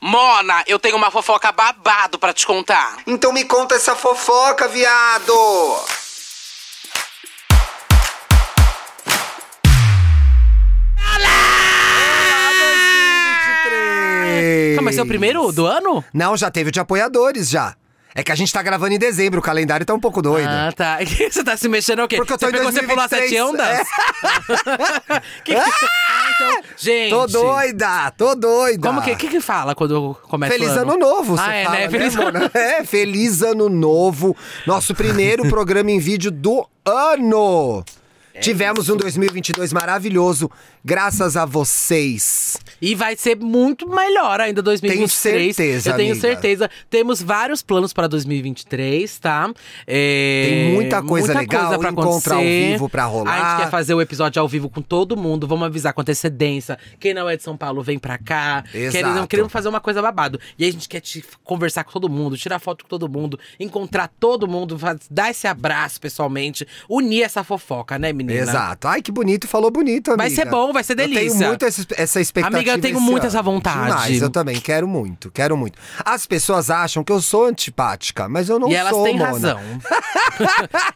Mona, eu tenho uma fofoca babado pra te contar. Então me conta essa fofoca, viado! Ah, Ei. Ah, mas é o primeiro do ano? Não, já teve o de apoiadores, já. É que a gente tá gravando em dezembro, o calendário tá um pouco doido. Ah, tá. Você tá se mexendo é o quê? Porque eu tô você em pegou, você pulou as sete 2026. ondas? Que que- Ah, então, gente. Tô doida, tô doida. Como que, que que fala quando começa Feliz o ano? ano novo, você Ah, é, fala, né? Feliz Mona? É, feliz ano novo. Nosso primeiro programa em vídeo do ano. É Tivemos um 2022 maravilhoso, graças a vocês. E vai ser muito melhor ainda 2023. Tenho certeza, Eu tenho amiga. certeza. Temos vários planos para 2023, tá? É, Tem muita coisa legal, pra encontro ao acontecer. vivo pra rolar. A gente quer fazer o episódio ao vivo com todo mundo. Vamos avisar com antecedência. Quem não é de São Paulo, vem pra cá. Exato. Querendo- queremos fazer uma coisa babado. E aí a gente quer te conversar com todo mundo, tirar foto com todo mundo, encontrar todo mundo, fa- dar esse abraço pessoalmente, unir essa fofoca, né, menina? Exato. Ai, que bonito, falou bonito, amiga. Vai ser bom, vai ser Eu delícia. tenho muito essa, essa expectativa. Amiga, eu tenho esse muito ano. essa vontade. Demais, eu também quero muito, quero muito. As pessoas acham que eu sou antipática, mas eu não e elas sou, têm Mona. razão.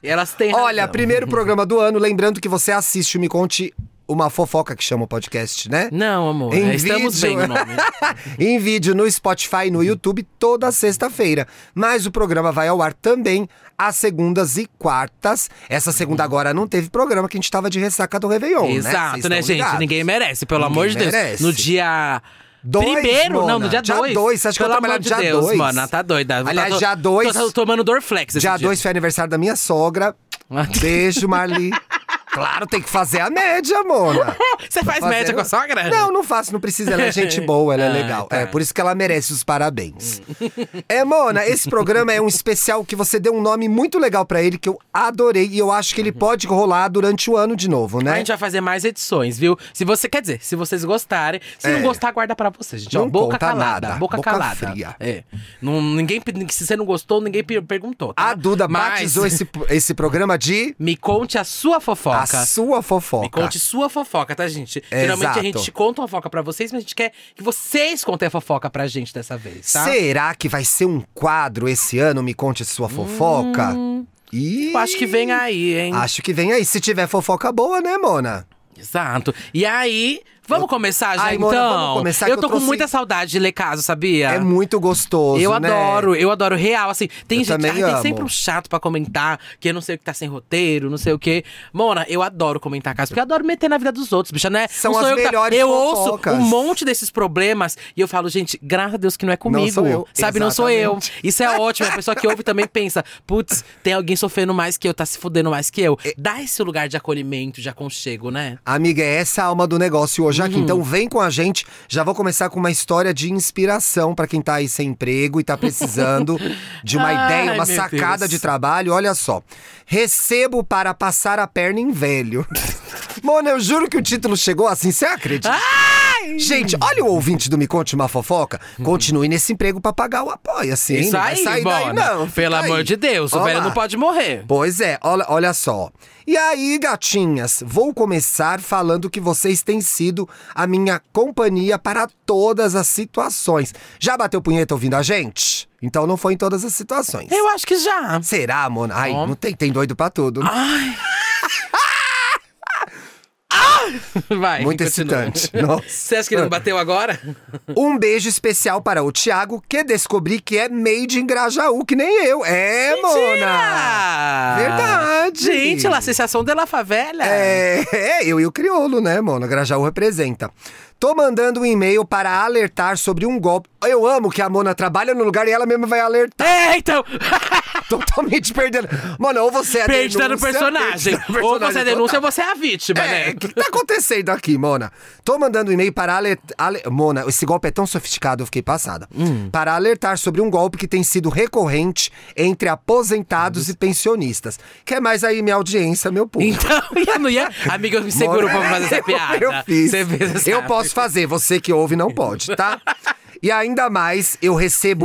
e elas têm razão. Olha, primeiro programa do ano, lembrando que você assiste o Me Conte Uma Fofoca, que chama o podcast, né? Não, amor, Em estamos vídeo. né? bem no nome. em vídeo no Spotify e no YouTube toda sexta-feira. Mas o programa vai ao ar também às segundas e quartas. Essa segunda agora não teve programa, que a gente tava de ressaca do Réveillon, né? Exato, Vocês né, estão gente? ligados. Ninguém merece, pelo Ninguém amor de Deus. merece. No dia. Dois, Primeiro, não, Mona. no dia Dia 2. dois, você acha que eu Pelo trabalho amor de dia Deus, dois? mana, tá doida. Aliás, tá, dia dois- Tô, tô tomando Dorflex esse Dia dia. 2 foi aniversário da minha sogra. Ah. Beijo, Marli. claro, tem que fazer a média, Mona. Você faz Fazer- média com a sogra? Não, não faço, não precisa. Ela é gente boa, ela é Ah, legal. tá. É, por isso que ela merece os parabéns. é, Mona, esse programa é um especial que você deu um nome muito legal pra ele, que eu adorei. E eu acho que ele pode rolar durante o ano de novo, né? Uhum. A gente vai fazer mais edições, viu? Se você quer dizer, se vocês gostarem, se É. não gostar, guarda pra vocês, gente. Ó, Não boca conta calada, nada, boca, boca calada. fria. É. Não, ninguém, pe- se você não gostou, ninguém pe- perguntou. Tá? A Duda Mas- batizou esse, esse programa de Me conte a sua fofoca. A Sua Fofoca. Me conte sua fofoca, tá, gente? Exato. Geralmente a gente conta uma fofoca pra vocês, mas a gente quer que vocês contem a fofoca pra gente dessa vez, tá? Será que vai ser um quadro esse ano? Me conte sua fofoca. Ih, Hum. Eu acho que vem aí, hein? Acho que vem aí. Se tiver fofoca boa, né, Mona? Exato. E aí, vamos começar já Ai, então? Mona, vamos começar, eu que tô eu com trouxe- muita saudade de ler caso, sabia? É muito gostoso. Ah. Eu né? adoro, eu adoro real, assim. Tem Eu gente, também ai, tem amo. sempre um chato pra comentar, que eu não sei o que tá sem roteiro, não sei o quê. Mona, eu adoro comentar casos, porque eu adoro meter na vida dos outros, bicha, né? São não as sou eu que tá- melhores Eu fofocas. ouço um monte desses problemas e eu falo, gente, graças a Deus que não é comigo. sou eu. Sabe, não sou eu. Exatamente. Isso é ótimo. A pessoa que ouve também pensa, putz, tem alguém sofrendo mais que eu, tá se fudendo mais que eu. Dá esse lugar de acolhimento, de aconchego, né? Amiga, é essa a alma do negócio hoje Uhum. aqui. Então vem com a gente. Já vou começar com uma história de inspiração pra quem tá aí sem emprego e tá precisando de uma Ai, ideia, uma meu sacada Deus. de trabalho. Olha só. Recebo para passar a perna em velho. Mona, eu juro que o título chegou assim, você acredita? Ah, Gente, olha o ouvinte do Me Conte Uma Fofoca. Continue nesse emprego pra pagar o apoia-se. hein? Uhum. Isso não aí, vai sair daí, Mona. não. Fica Pelo aí. amor de Deus, o Ó velho lá. não pode morrer. Pois é, olha, olha só. E aí, gatinhas, vou começar falando que vocês têm sido a minha companhia para todas as situações. Já bateu punheta ouvindo a gente? Então não foi em todas as situações. Eu acho que já. Será, Mona? Ai, Ó. Ah. não tem, tem doido pra tudo. né? Vai. Muito continua. excitante. Nossa. Você acha que ele não bateu agora? Um beijo especial para o Thiago, que descobri que é made em Grajaú, que nem eu. É, Mona! Mentira! Verdade. Gente, La Sensação de La Favela. É, é, eu e o crioulo, né, mano? Grajaú representa. Tô mandando um e-mail para alertar sobre um golpe. Eu amo que a Mona trabalha no lugar e ela mesma vai alertar. É, então. Totalmente perdendo. Mano, ou você é Perdendo o denúncia, tá personagem. perdendo o Ou você é personagem denúncia total. ou você é a vítima, É, né? o que tá acontecendo aqui, Mona? Tô mandando um e-mail para alertar. Mona, esse golpe é tão sofisticado, eu fiquei passada. Hum. Para alertar sobre um golpe que tem sido recorrente entre aposentados e pensionistas. Quer mais aí minha audiência, meu público? Então, eu não ia. Amiga, eu me seguro um pra fazer essa Eu- piada. Eu fiz. Você fez essa- Eu posso fazer, você que ouve não pode, tá? E ainda mais, eu recebo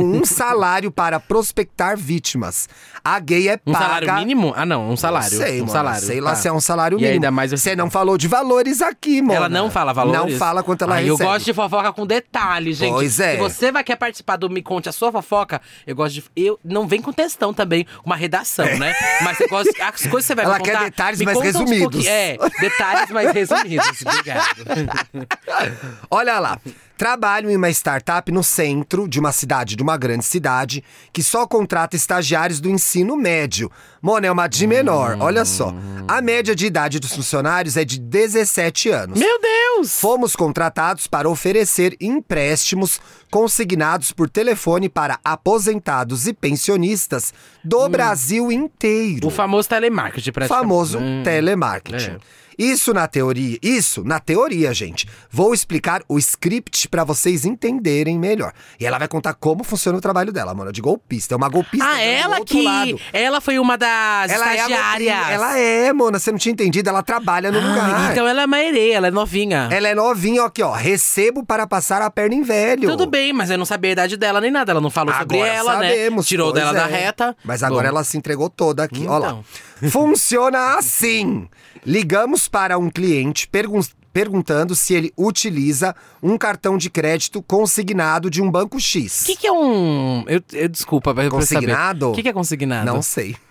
um salário para prospectar vítimas. A gay é Um paga. salário mínimo? Ah, não, um salário. Sei, um mona, salário. Sei lá tá. se é um salário mínimo. E ainda mais... eu- Você não falou de valores aqui, mano. Ela não fala valores? Não fala quanto ela Ai, recebe. Eu gosto de fofoca com detalhe, gente. Pois é. Se você vai querer participar do Me Conte a Sua Fofoca, eu gosto de... Eu, não vem com textão também, uma redação, né? Mas eu gosto... As coisas que você vai Ela me contar... quer detalhes me mais conta uns resumidos. pouquinho- É, detalhes mais resumidos. Obrigado. Olha lá. Trabalho em uma startup no centro de uma cidade, de uma grande cidade, que só contrata estagiários do ensino médio. Mona, é uma de menor, olha só. A média de idade dos funcionários é de 17 anos. Meu Deus! Fomos contratados para oferecer empréstimos consignados por telefone para aposentados e pensionistas do Brasil inteiro. O famoso telemarketing, praticamente. famoso Hum. telemarketing. É. Isso na teoria, isso na teoria, gente. Vou explicar o script pra vocês entenderem melhor. E ela vai contar como funciona o trabalho dela, mano, de golpista. É uma golpista Ah, do ela outro que. lado. Ela foi uma das Ela é, a estagiárias. golpista. ela é, mona, você não tinha entendido, ela trabalha no Ah, lugar. então ela é uma herê, ela é novinha. Ela é novinha, ó, aqui, ó. Recebo para passar a perna em velho. Tudo bem, mas eu não sabia a idade dela nem nada. Ela não falou sobre agora ela, sabemos, né? Tirou pois dela da é. reta. Mas agora Bom, ela se entregou toda aqui, ó lá. Então. Funciona assim. Ligamos para um cliente pergun- perguntando se ele utiliza um cartão de crédito consignado de um banco X. O que, que é um. Eu, eu desculpa, mas eu preciso saber. Consignado? O que, que é consignado? Não sei.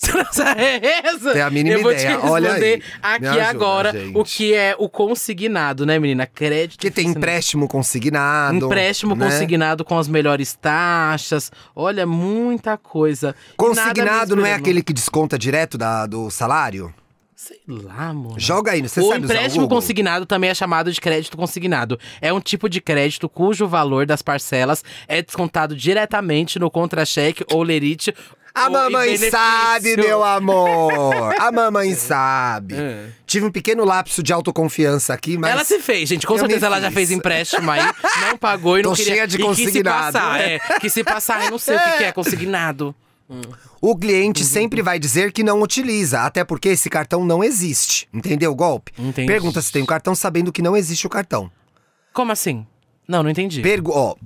Você não sabe essa? Tenho a mínima eu vou ideia. te Olha aí. responder aqui Me ajuda, agora gente. o que é o consignado, né, menina? Crédito. Que tem consignado. Um empréstimo consignado. Empréstimo né? consignado com as melhores taxas. Olha, muita coisa. E nada Consignado me não é esperando. aquele que desconta direto da- do salário? Sei lá, mano. Joga aí, você Uhum. o sabe usar o empréstimo Google? consignado também é chamado de crédito consignado. É um tipo de crédito cujo valor das parcelas é descontado diretamente no contra-cheque ou lerite. A ou em mamãe benefício. sabe, meu amor! A mamãe sabe. É. Tive um pequeno lapso de autoconfiança aqui, mas. Ela se fez, gente. Com Eu certeza me ela já fiz. fez empréstimo aí, não pagou e não Tô queria. cheia de e que se consignado. passar, é. Que se passar, eu não sei o que, que é consignado. O cliente Uhum. sempre vai dizer que não utiliza, até porque esse cartão não existe. Entendeu o golpe? Entendi. Pergunta se tem o cartão sabendo que não existe o cartão. Como assim? Não, não entendi. Pergu ó,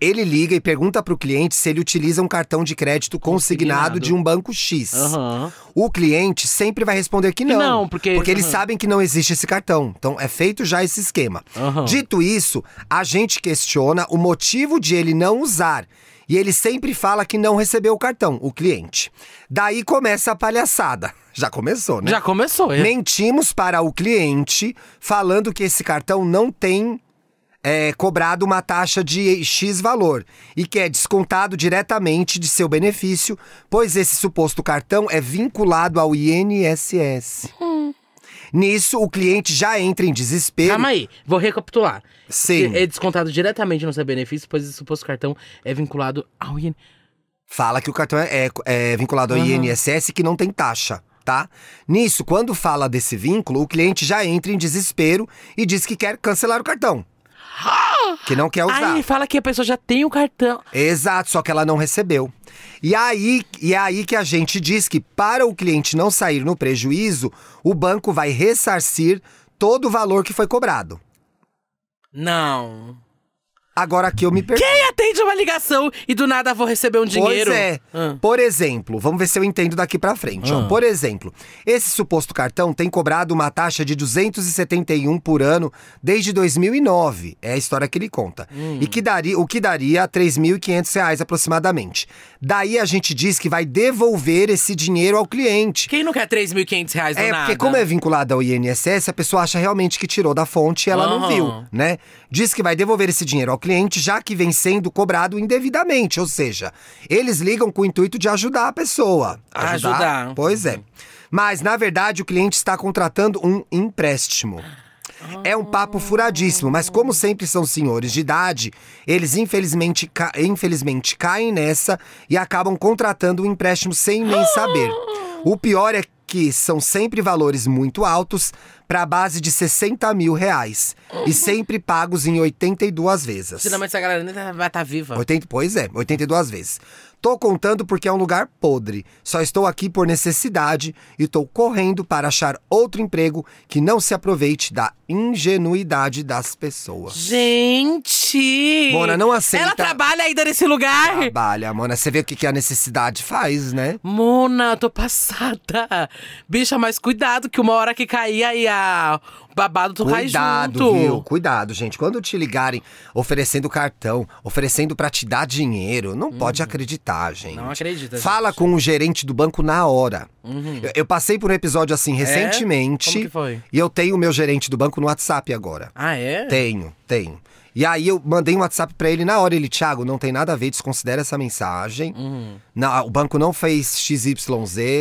ele liga e pergunta pro cliente se ele utiliza um cartão de crédito consignado, Consignado. de um banco X. Aham. O cliente sempre vai responder que não. não, porque- eles aham. sabem que não existe esse cartão. Então é feito já esse esquema. Aham. Dito isso, a gente questiona o motivo de ele não usar. E ele sempre fala que não recebeu o cartão, o cliente. Daí começa a palhaçada. Já começou, né? Já começou, é. Mentimos para o cliente falando que esse cartão não tem é, cobrado uma taxa de X valor e que é descontado diretamente de seu benefício, pois esse suposto cartão é vinculado ao INSS. Hum. Nisso, o cliente já entra em desespero. Calma aí, vou recapitular. Sim. É descontado diretamente no seu benefício, pois o suposto cartão é vinculado ao IN. Fala que o cartão é, é- é vinculado ao INSS e que não tem taxa, tá? Nisso, quando fala desse vínculo, o cliente já entra em desespero e diz que quer cancelar o cartão. Que não quer usar. Aí fala que a pessoa já tem o cartão. Exato, só que ela não recebeu. E aí, e é aí que a gente diz que para o cliente não sair no prejuízo, o banco vai ressarcir todo o valor que foi cobrado. Não. Agora aqui eu me pergunto. Quem atende uma ligação e do nada vou receber um dinheiro? Pois é. Ah. Por exemplo, vamos ver se eu entendo daqui pra frente. ó. Ah. Por exemplo, esse suposto cartão tem cobrado uma taxa de 271 por ano desde 2009. É a história que ele conta. E que daria, o que daria R$ 3.500 reais aproximadamente. Daí a gente diz que vai devolver esse dinheiro ao cliente. Quem não quer 3.500 reais do É, nada? porque como é vinculado ao INSS, a pessoa acha realmente que tirou da fonte e ela não Aham. viu, né? Diz que vai devolver esse dinheiro ao cliente, já que vem sendo cobrado indevidamente. Ou seja, eles ligam com o intuito de ajudar a pessoa. Ajudar. Uhum. Pois é. Mas, na verdade, o cliente está contratando um empréstimo. É um papo furadíssimo, mas como sempre são senhores de idade, eles infelizmente, ca- infelizmente caem nessa e acabam contratando o empréstimo sem nem saber. O pior é que são sempre valores muito altos, para base de 60 mil reais. E sempre pagos em 82 vezes. Senão essa galera nem tá- vai estar viva. 80, pois é, 82 vezes. Tô contando porque é um lugar podre. Só estou aqui por necessidade e tô correndo para achar outro emprego que não se aproveite da ingenuidade das pessoas. Gente! Gente! Mona, não aceita. Ah. Ela trabalha ainda nesse lugar? Trabalha, Mona. Você vê o que, que a necessidade faz, né? Mona, tô passada. Bicha, mas cuidado que uma hora que cair aí a o babado tu cai Cuidado, junto. viu? Cuidado, gente. Quando te ligarem oferecendo cartão, oferecendo pra te dar dinheiro, não pode acreditar, gente. Uhum. Não acredita, gente. Fala com o gerente do banco na hora. Eu, eu passei por um episódio assim recentemente. Uhum. É? Como que foi? E eu tenho o meu gerente do banco no WhatsApp agora. Ah, é? Tenho, tenho. E aí eu mandei um WhatsApp pra ele na hora. Ele, Thiago, não tem nada a ver, desconsidera essa mensagem. Uhum. Não, o banco não fez XYZ,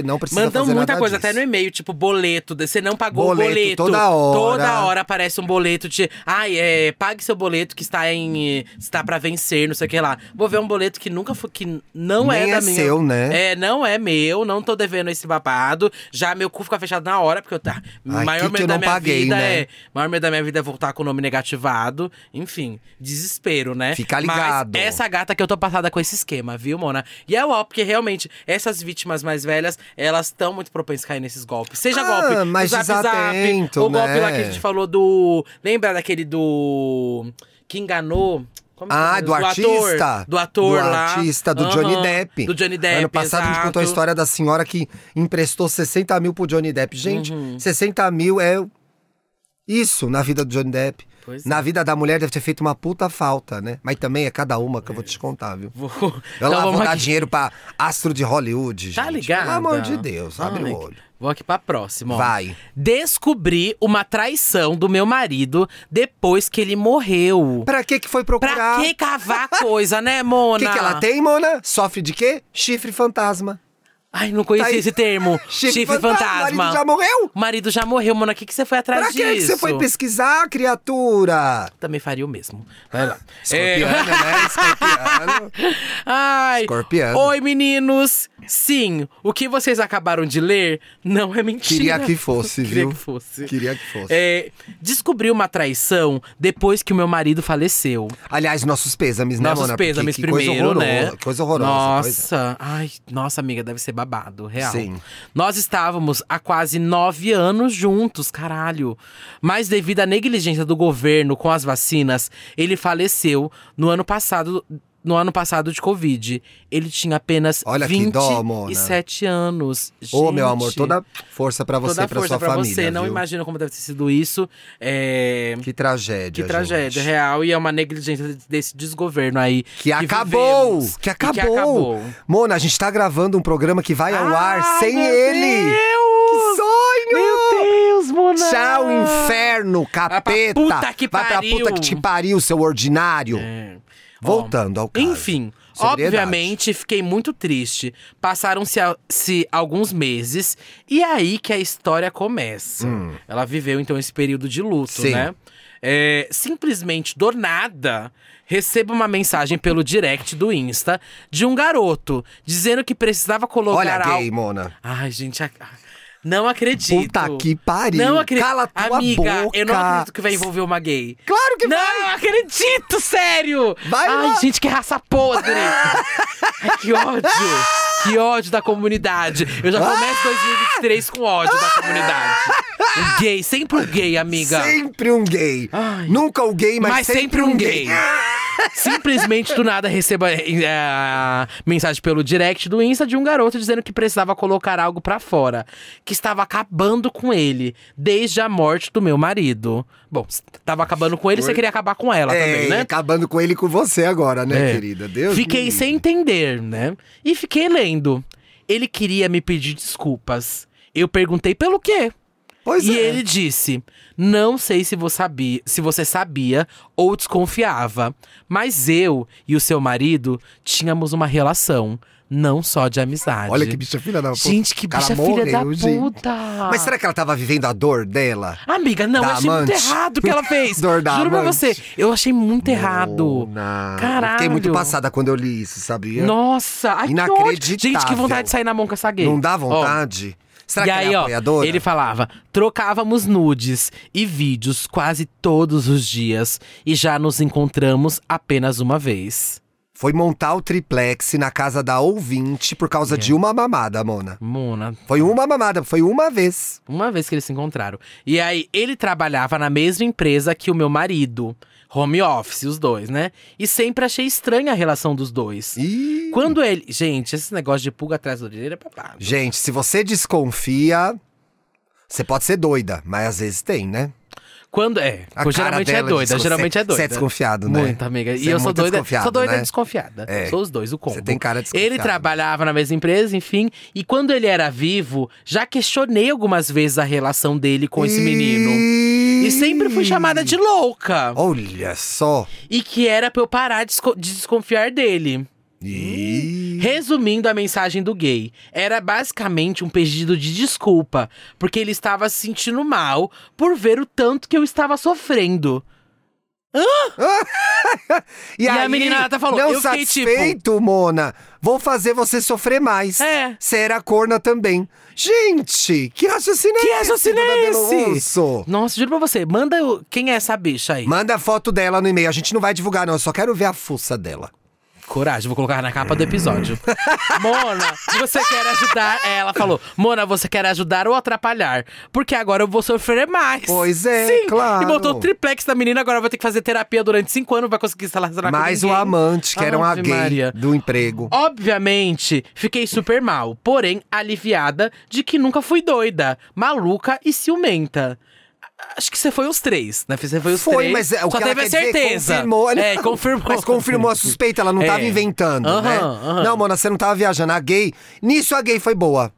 não precisa Mandam fazer muita nada coisa, disso. até no e-mail, tipo boleto. Você não pagou Boleto, o boleto. toda hora. Toda hora aparece um boleto de. Ai, é, pague seu boleto que está em. eh, está pra vencer, não sei o que lá. Vou ver um boleto que nunca foi. que não é Nem da é minha. seu, né? É, não é meu, não tô devendo esse babado. Já meu cu fica fechado na hora, porque eu tá. Ai, maior que que medo eu da não minha paguei, vida né? é. Maior medo da minha vida é voltar com o nome negativado. Enfim, desespero, né? Fica ligado. Mas essa gata que eu tô passada com esse esquema, viu, Mona? E é ó, porque realmente essas vítimas mais velhas, elas estão muito propensas a cair nesses golpes. Seja Ah, golpe, mas do zap zap, desatento, o golpe né? lá que a gente falou do. Lembra daquele do. Que enganou. Como que Ah, é? do artista? Ator, do ator do lá. artista, do Aham, Johnny Depp. Do Johnny Depp. Ano passado a gente contou exato. a história da senhora que emprestou 60 mil pro Johnny Depp. Gente, Uhum. 60 mil é isso na vida do Johnny Depp. Pois é. na vida da mulher deve ter feito uma puta falta, né? Mas também é cada uma que eu vou te contar, viu? Vou- Eu lá Então vou vamos dar aqui. dinheiro pra astro de Hollywood, Tá gente. ligado? Pelo amor de Deus, abre Ai, o olho. Vou aqui pra próxima, ó. Vai. Descobri uma traição do meu marido depois que ele morreu. Pra que que foi procurar? Pra que cavar coisa, né, Mona? O que, que ela tem, Mona? Sofre de quê? Chifre fantasma. Ai, não Tá conheci aí. esse termo. Chifre, fantasma. O marido já morreu? O marido já morreu, Mona. O que, que você foi atrás Pra que disso? que você foi pesquisar, criatura? Também faria o mesmo. Vai lá. Escorpiano, né? Escorpiano. Ai. Escorpiano. Oi, meninos. Sim, o que vocês acabaram de ler não é mentira. Queria que fosse, Queria viu? que fosse. Queria que fosse. É, descobri uma traição depois que o meu marido faleceu. Aliás, nossos pêsames, né, Nossos Mona? Porque pêsames que primeiro, coisa horrorosa, né? Coisa horrorosa. pois é. Nossa, ai, nossa amiga, deve ser babado, real. Sim. Nós estávamos há quase nove anos juntos, caralho. Mas devido à negligência do governo com as vacinas, ele faleceu no ano passado. No ano passado de Covid. Ele tinha apenas Olha que dó, Mona. 27 anos. Ô, meu amor, Gente, toda força pra você toda e pra força sua pra família, você. viu? Não imagino como deve ter sido isso. É, Que tragédia, que gente. tragédia real e é uma negligência desse desgoverno aí. Que acabou, vivemos. que E acabou! Mona, a gente tá gravando um programa que vai ao ar Ai, sem meu ele! Que Deus! sonho! Meu Deus, Mona! Tchau, inferno, pra capeta! puta que Vai pra pariu. puta que te pariu, seu ordinário! É. Voltando ao caso. Enfim, Sobriedade. obviamente fiquei muito triste. Passaram-se a- se alguns meses e é aí que a história começa. Ela viveu então esse período de luto, Hum. Sim. né? É, simplesmente do nada, recebo uma mensagem pelo direct do Insta de um garoto dizendo que precisava colocar Olha al- gay, Mona. Ai, gente, a- não acredito. Puta que pariu. Não acredito. Cala tua Amiga, boca. eu não acredito que vai envolver uma gay. Claro que não, vai. acredito, sério! Vai Ai, lá. gente, que raça podre! Ai, que ódio! Que ódio da comunidade. Eu já começo 2023 com ódio da comunidade. Um gay, sempre um gay, amiga. Sempre um gay. Nunca o gay, mas, Mas sempre um gay. Simplesmente do nada receba eh, a mensagem pelo direct do Insta de um garoto dizendo que precisava colocar algo pra fora, que estava acabando com ele desde a morte do meu marido. Bom, estava acabando com ele, você queria acabar com ela É, também, né? acabando com ele e com você agora, né, É. querida? Deus Fiquei me sem livre. entender, né? E fiquei lendo. Ele queria me pedir desculpas. Eu perguntei pelo quê? Pois e é. ele disse: Não sei se você, sabia, se você sabia ou desconfiava, mas eu e o seu marido tínhamos uma relação, não só de amizade. Olha que bicha filha da puta. Gente, que O cara bicha filha da morreu, gente. puta! Mas será que ela tava vivendo a dor dela? Amiga, não, Da eu achei muito amante. errado o que ela fez. Dor da Juro pra amante. você, eu achei muito errado. Mona, eu Caralho. Fiquei muito passada quando eu li isso, sabia? Nossa, ai, que ódio. Gente, que Inacreditável. vontade de sair na mão com essa gay. Não dá Ó, vontade? Será e que aí, ela é ó, apoiadora? ele falava: trocávamos nudes e vídeos quase todos os dias e já nos encontramos apenas uma vez. Foi montar o triplex na casa da ouvinte por causa É. de uma mamada, Mona. Mona, Foi uma mamada, foi uma vez. uma vez que eles se encontraram. E aí, ele trabalhava na mesma empresa que o meu marido. Home office, os dois, né? E sempre achei estranha a relação dos dois. Ih. Quando ele. Gente, esse negócio de pulga atrás da orelha é babado. Gente, se você desconfia, você pode ser doida, mas às vezes tem, né? Quando é. A pois cara geralmente é dela de doida, desconfi- geralmente é Você doida. é desconfiado, né? Muito, amiga. Você e é eu sou muito doida. desconfiado, Sou doida né? e desconfiada. É. Sou os dois, o combo. Você tem cara de Ele desconfiado. trabalhava na mesma empresa, enfim. E quando ele era vivo, já questionei algumas vezes a relação dele com esse menino. E sempre fui chamada de louca. Olha só. E que era pra eu parar de, esco- de desconfiar dele. Ih. Resumindo a mensagem do gay, era basicamente um pedido de desculpa, porque ele estava se sentindo mal por ver o tanto que eu estava sofrendo. E a menina, ela tá falando, não eu fiquei tipo- satisfeito, Mona, vou fazer você sofrer mais. É. Você era corna também. Gente, que raciocínio Que é esse? raciocínio é Duda Belo esse? Russo? Nossa, juro pra você, manda o- quem é essa bicha aí. Manda a foto dela no e-mail. A gente não vai divulgar, não. Eu só quero ver a fuça dela. Coragem, vou colocar na capa do episódio. Mona, você quer ajudar? É, Ela falou, Mona, você quer ajudar ou atrapalhar? Porque agora eu vou sofrer mais. Pois é, Sim. claro. E botou o triplex da menina, agora vai ter que fazer terapia durante cinco anos, não vai conseguir se relacionar com Mais o ninguém. amante, que era uma Ave gay Maria. do emprego. Obviamente, fiquei super mal, porém aliviada de que nunca fui doida, maluca e ciumenta. A- Acho que você foi os três, né? Você foi os Foi, três. mas é, o só que teve ela a quer dizer, certeza. confirmou. né? É, confirmou. Mas confirmou a suspeita, ela não É. tava inventando, né? Aham, aham. Não, Mona, você não tava viajando. A gay... Nisso a gay foi boa.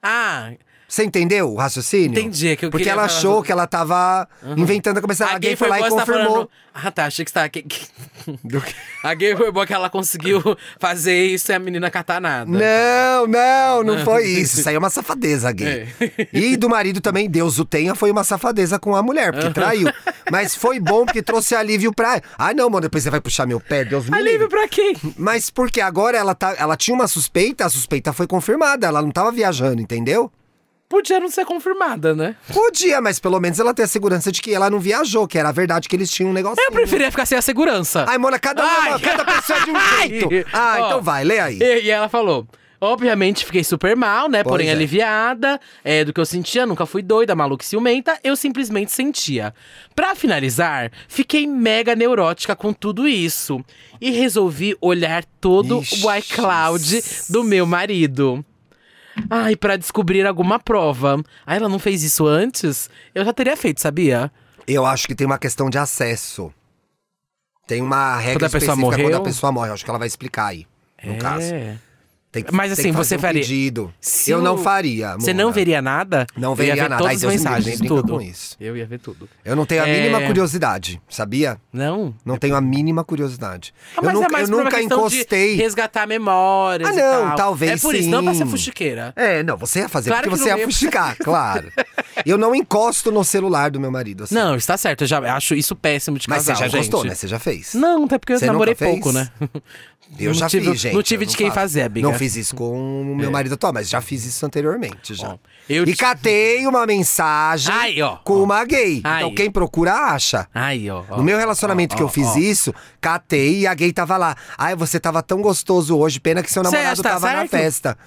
Ah, Você entendeu o raciocínio? Entendi, é que eu Porque queria ela falar- Uhum. achou que ela tava inventando a cabeça. A, a, gay, gay foi lá e boa, você tá confirmou. falando- Ah, tá, achei que você tava... que- que- Do que- A gay foi boa que ela conseguiu fazer isso e a menina catar nada. Não, não, não foi isso. Isso aí é uma safadeza gay. É. E do marido também, Deus o tenha, foi uma safadeza com a mulher, Uhum. porque traiu. Mas foi bom porque trouxe alívio pra. Ah, não, mano, depois você vai puxar meu pé, Deus me Alívio livre. pra quem? Mas porque agora ela, tá, ela tinha uma suspeita, a suspeita foi confirmada, ela não tava viajando, entendeu? Podia não ser confirmada, né? Podia, mas pelo menos ela tem a segurança de que ela não viajou, que era a verdade que eles tinham um negócio. Eu preferia ficar sem a segurança. Ai, Mona, cada, uma- Ai. cada pessoa é de um jeito. Ah, Ó, então vai, lê aí. E, e ela falou. Obviamente fiquei super mal, né? Pois Porém é. aliviada é, do que eu sentia. Nunca fui doida, maluca e ciumenta. Eu simplesmente sentia. Pra finalizar, fiquei mega neurótica com tudo isso. E resolvi olhar todo Ixi. o iCloud do meu marido. Ai, pra descobrir alguma prova. Ah, ela não fez isso antes? Eu já teria feito, sabia? Eu acho que tem uma questão de acesso. Tem uma regra Quando a pessoa específica morreu? quando a pessoa morre. Eu acho que ela vai explicar aí, no É. caso. Tem que, Mas tem assim, que você fazer um faria- pedido. Se eu não o- faria, Você Mona. não veria nada? né? Não Eu ia veria ver nada. Ai, Todas as Deus me livre, mensagens, nem brinca tudo. com isso. Eu ia ver tudo. Eu não tenho a É. mínima curiosidade, sabia? Não? Não tenho a mínima curiosidade. Ah, eu mas nunca, é mais eu por uma nunca questão de encostei. resgatar memórias. Ah, e não, tal. talvez É por isso, não pra ser sim. fuxiqueira. É, não, você ia fazer, Claro porque que você não ia ia. fuxicar, claro. Eu não encosto no celular do meu marido, assim. Não, está certo, eu já acho isso péssimo de Mas casal. você já gente. encostou, né? Você já fez. Não, até porque eu Você nunca namorei fez? pouco, né? Eu Não já tive- fiz, gente. Não tive eu de quem faço. fazer, amiga. É. Não fiz isso com o meu marido atual, mas já fiz isso anteriormente, já. Ó, eu E te- catei uma mensagem Aí, ó. com Ó. uma gay. Aí. Então quem procura, acha. Aí, ó. ó, No meu relacionamento ó, que eu ó, fiz ó. isso, catei e a gay tava lá. Ai, você tava tão gostoso hoje, pena que seu Você namorado acha que tá tava na certo? festa.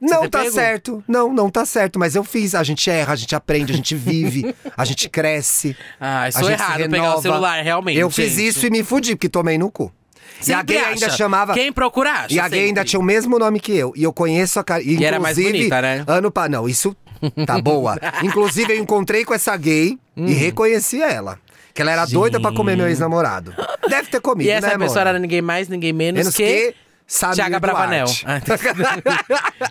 ter Não tá pego? certo. Não, não tá certo. Mas eu fiz. A gente erra, a gente aprende, a gente vive, a gente cresce. Ah, isso a é gente se errado, renova. pegar o celular, realmente. Eu fiz gente. isso e me fudi, porque tomei no cu. e a Sempre gay ainda acha. chamava. Quem procura acha. E a gay sempre. ainda tinha o mesmo nome que eu. E eu conheço a cara. E era mais bonita, né? Ano pa... Não, isso tá boa. inclusive, eu encontrei com essa gay Hum. e reconheci ela. Que ela era doida pra comer meu ex-namorado. Deve ter comido, E essa né, pessoa amor? era ninguém mais, ninguém menos, Menos que. Samir Thiago Bravanel. Ah, Duarte.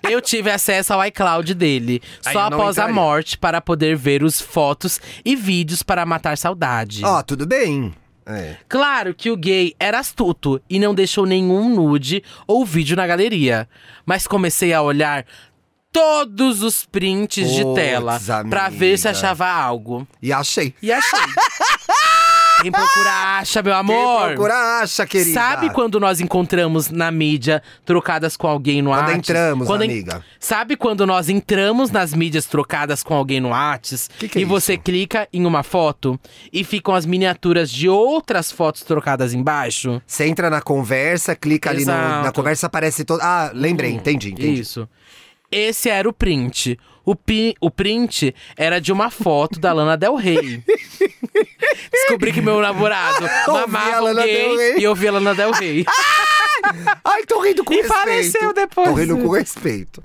eu tive acesso ao iCloud dele Aí só eu não após a entraria. morte para poder ver os fotos e vídeos para matar saudade. Ó, tudo bem. É. Claro que o gay era astuto e não deixou nenhum nude ou vídeo na galeria, mas comecei a olhar todos os prints de Puts, tela para ver se amiga. achava algo. E achei. E achei. Quem procura acha, meu amor. Quem procura, acha, querida. Sabe quando nós encontramos na mídia trocadas com alguém no Quando Whats? entramos, Quando en- amiga. Sabe quando nós entramos nas mídias trocadas com alguém no Whats? Que que é e você isso? clica em uma foto e ficam as miniaturas de outras fotos trocadas embaixo? Você entra na conversa, clica ali no- na Exato. Hum. conversa, aparece todo. Ah, lembrei, entendi, entendi. Isso. Esse era o print. O, pi, o print era de uma foto da Lana Del Rey. Descobri que meu namorado a mamava um Lana Del gay Rey. e eu vi a Lana Del Rey. Ai, tô rindo com Hum. E respeito. faleceu depois. Tô rindo com respeito.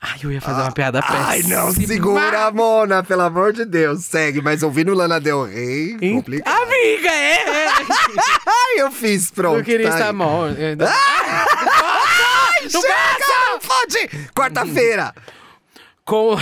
Ai, eu ia fazer uma piada péssima. Ai, não, segura, Mona, pelo amor de Deus. Segue, mas ouvindo Lana Del Rey, Em- complicado. Amiga, é! é. Ai, eu fiz, pronto. Ah, Eu queria tá estar aí. Ah! mal. É, da- Chega, Ah, não pode! Quarta-feira. Com...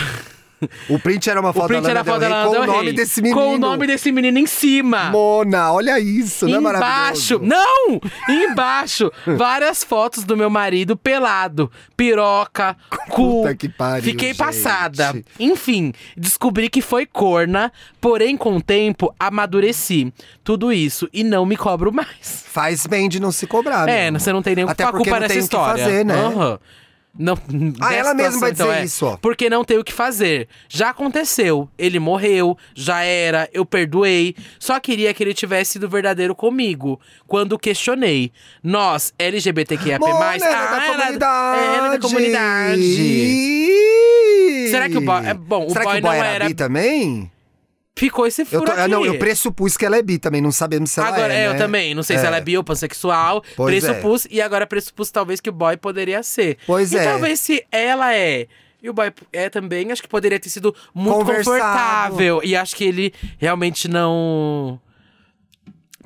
O print era uma O foto print da era Lana a foto Del Rey dela com Del o nome Rey. desse menino. Com o nome desse menino em cima. Mona, olha isso, não é maravilhoso? Embaixo, não! Embaixo, várias fotos do meu marido pelado, piroca, cu. Puta que pariu, Fiquei gente. passada. Enfim, descobri que foi corna, porém com o tempo amadureci tudo isso e não me cobro mais. Faz bem de Ah, não se cobrar, É, meu. você não tem nenhuma Até porque culpa não nessa tem o que história. fazer, né? Aham. Não, Ah, nessa ela mesma vai situação, é. dizer isso, ó. Porque não tem o que fazer. Já aconteceu. Ele morreu, já era, eu perdoei. Só queria que ele tivesse sido verdadeiro comigo. Quando questionei. Nós, LGBTQIA+, Mona, ah, ela é da comunidade. é, ela é da comunidade. Ih! Será que o boy- é bom, o Será que boy o boy não era, era- bi também? Ficou esse Eu, furo tô- ah, aqui. não, eu pressupus que ela é bi também, não sabemos se ela Agora, é, eu né? também. Não sei se ela é bi ou pansexual. Pois é. pressupus. E agora pressupus talvez que o boy poderia ser. Pois e é. talvez se ela é e o boy é também, acho que poderia ter sido muito Conversado. confortável. E acho que ele realmente não...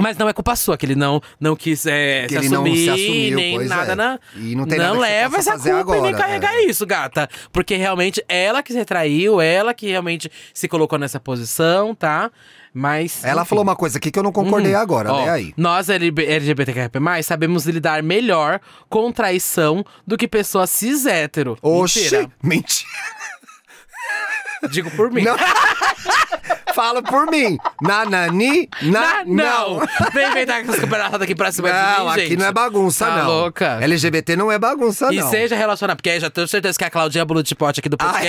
Mas não é culpa sua, que ele não, não quis é, Que se ele não assumir, se assumiu, nem pois nada. é. Na, E não tem nada que você leva possa essa fazer culpa e nem agora, carregar é. isso, gata. Porque realmente ela que se retraiu, ela que realmente se colocou nessa posição, tá? Mas. Ela enfim. falou uma coisa aqui que eu não concordei agora, Hum. Ó, né? Aí. Nós LB LGBTQIA+, sabemos lidar melhor com traição do que pessoas cis hétero. Oxi, Mentira. mentira. Digo por mim. Não. Fala por mim. Nanani, na, Ah, não. não. Vem inventar essas camaradas aqui pra cima de Não, mim, aqui gente. não é bagunça, tá não. louca? LGBT não é bagunça, E não. Ah, seja relacionado, porque aí já tenho certeza que a Claudinha Blutipote aqui do podcast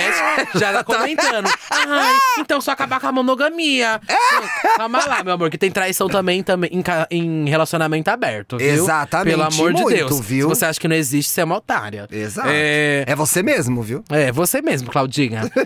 é? já tá comentando. Ai, então só acabar com a monogamia. É? Calma lá, meu amor, que tem traição também, também em, ca- em relacionamento aberto, viu? Exatamente, Pelo amor muito, de Deus. viu? Se você acha que não existe, você é uma otária. Exato. É, É... você mesmo, viu? é, você mesmo, Claudinha.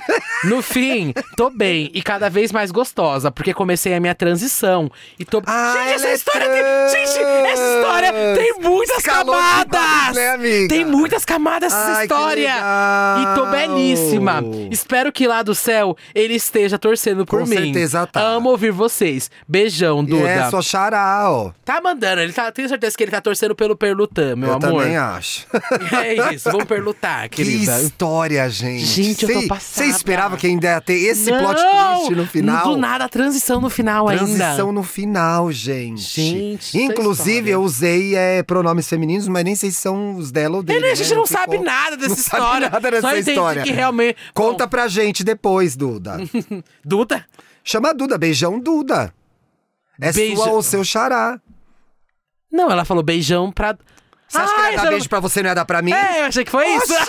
No fim, tô bem e cada vez mais gostosa, porque comecei a minha transição. E tô. Ah, gente, ela essa é história trans! tem. Gente, essa história tem muitas Escalou de camadas! vários, né, amiga? Tem muitas camadas essa Ai, que história! E tô legal! belíssima! Espero que lá do céu ele esteja torcendo por Com mim. certeza tá. Amo ouvir vocês. Beijão, E Duda. é só xará, ó. Tá mandando, ele tá, tenho certeza que ele tá torcendo pelo Perlutan, meu eu amor. também acho. É isso, vamos perlutar, Que querida. história, gente. Gente, eu tô Você passada. esperava que ainda ia ter esse plot Não! twist no final? Do nada, a transição no final Transição ainda. no final, gente. Gente, isso é Inclusive, história. eu usei é, pronomes femininos, mas nem sei se são os dela ou dele. Ele, a gente né? não, sabe ficou- nada dessa não sabe história. nada dessa Só entende história. que realmente. Conta pra gente depois, Duda. Bom, Duda? Chama a Duda, beijão Duda. É Beijão. sua ou seu xará. Não, ela falou beijão pra. Você acha que Ai, ela ia dar ela- beijo pra você e não ia dar pra mim? É, eu achei que foi isso.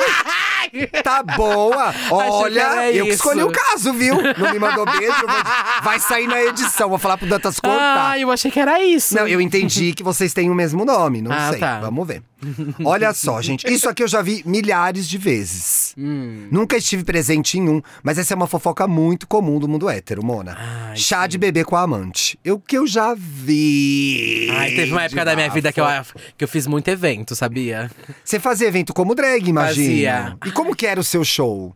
Tá boa. era Olha, eu que isso. escolhi o caso, viu? Não me mandou beijo, mas vai sair na edição. Vou falar pro Dantas contar. Ah, eu achei que era isso. Não, eu entendi que vocês têm o mesmo nome, não Ah, sei. tá. Vamos ver. Olha só, gente. Isso aqui eu já vi milhares de vezes. Hum. Nunca estive presente em um, mas essa é uma fofoca muito comum do mundo hétero, Mona. Ai, Chá de bebê com a amante. É o que eu já vi. Ai, teve uma época de da minha vida que eu, bafo. que eu fiz muito evento, sabia? Você fazia evento como drag, imagina. Fazia. E como que era o seu show?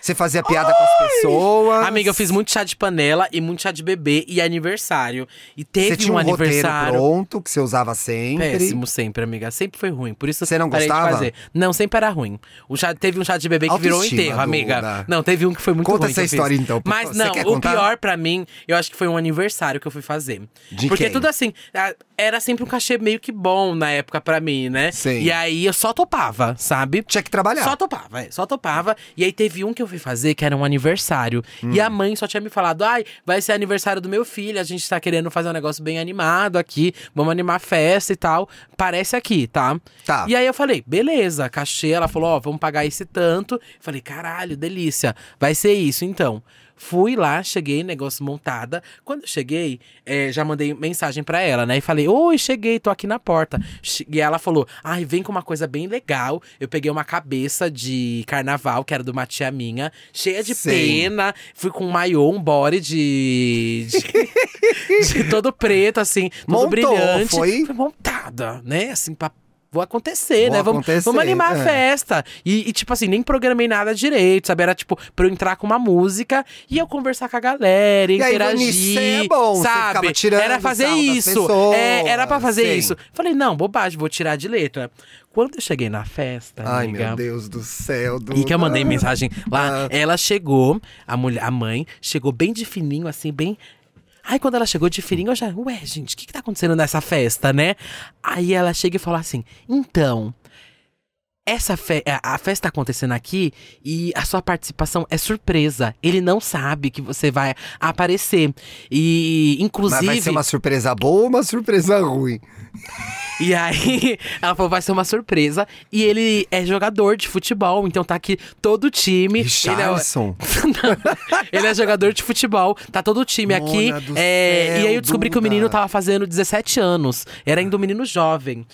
Você fazia piada com as pessoas? Amiga, eu fiz muito chá de panela e muito chá de bebê e aniversário. E teve Você tinha um, roteiro aniversário. pronto que você usava sempre. Péssimo sempre, amiga. Sempre foi ruim. Por isso Você não parei de gostava? fazer. Não, sempre era ruim. O chá, teve um chá de bebê que virou um Autoestima, enterro, amiga. Duda. Não, teve um que foi muito Conta ruim. que essa eu fiz. história, então, por Mas favor. não, Você quer o contar? pior pra mim, eu acho que foi um aniversário que eu fui fazer. De Porque quem? tudo assim, a- era sempre um cachê meio que bom na época pra mim, né? Sim. E aí eu só topava, sabe? Tinha que trabalhar. Só topava, é, só topava. E aí teve um que eu fui fazer, que era um aniversário. E Hum. a mãe só tinha me falado: ai, vai ser aniversário do meu filho, a gente tá querendo fazer um negócio bem animado aqui, vamos animar a festa e tal. Parece aqui, tá? Tá. E aí eu falei: beleza, cachê. Ela falou: ó, vamos pagar esse tanto. Eu falei: caralho, delícia, vai ser isso então. Fui lá, cheguei, negócio montada. Quando eu cheguei, eh, já mandei mensagem pra ela, né? E falei, oi, cheguei, tô aqui na porta. Che- E ela falou, ai, vem com uma coisa bem legal. Eu peguei uma cabeça de carnaval, que era de uma tia minha, cheia de Sim. pena. Fui com um maiô, um body de... de, de todo preto, assim, todo Montou, brilhante. foi? Foi montada, né? Assim, pra... Vou acontecer, Vou né? Vamos, acontecer, vamos animar é. a festa. E, e, tipo assim, nem programei nada direito, sabe? Era tipo, pra eu entrar com uma música e eu conversar com a galera, E aí, interagir. Vanessa, é bom, você sabe? ficava tirando era fazer sarro das isso. pessoas, é, era pra fazer sim. isso. Falei, não, bobagem, vou tirar de letra. Quando eu cheguei na festa, Ai, amiga, meu Deus do céu. Duda. e que é eu mandei mensagem Ah. lá. Ela chegou, a, mulher, a mãe chegou bem de fininho, assim, bem. Aí quando ela chegou de fininho, eu já, ué, gente, o que, que tá acontecendo nessa festa, né? Aí ela chega e fala assim: então, essa fe a a festa tá acontecendo aqui e a sua participação é surpresa. Ele não sabe que você vai aparecer. E, Mas inclusive. vai ser uma surpresa boa ou uma surpresa ruim? E aí, ela falou, vai ser uma surpresa. E ele é jogador de futebol, então tá aqui todo o time. Ele é o- Richardson. Não. ele é jogador de futebol, tá todo o time Mona aqui. do é, céu, e aí eu descobri que o Duda. menino tava fazendo 17 anos. Era ainda um menino jovem.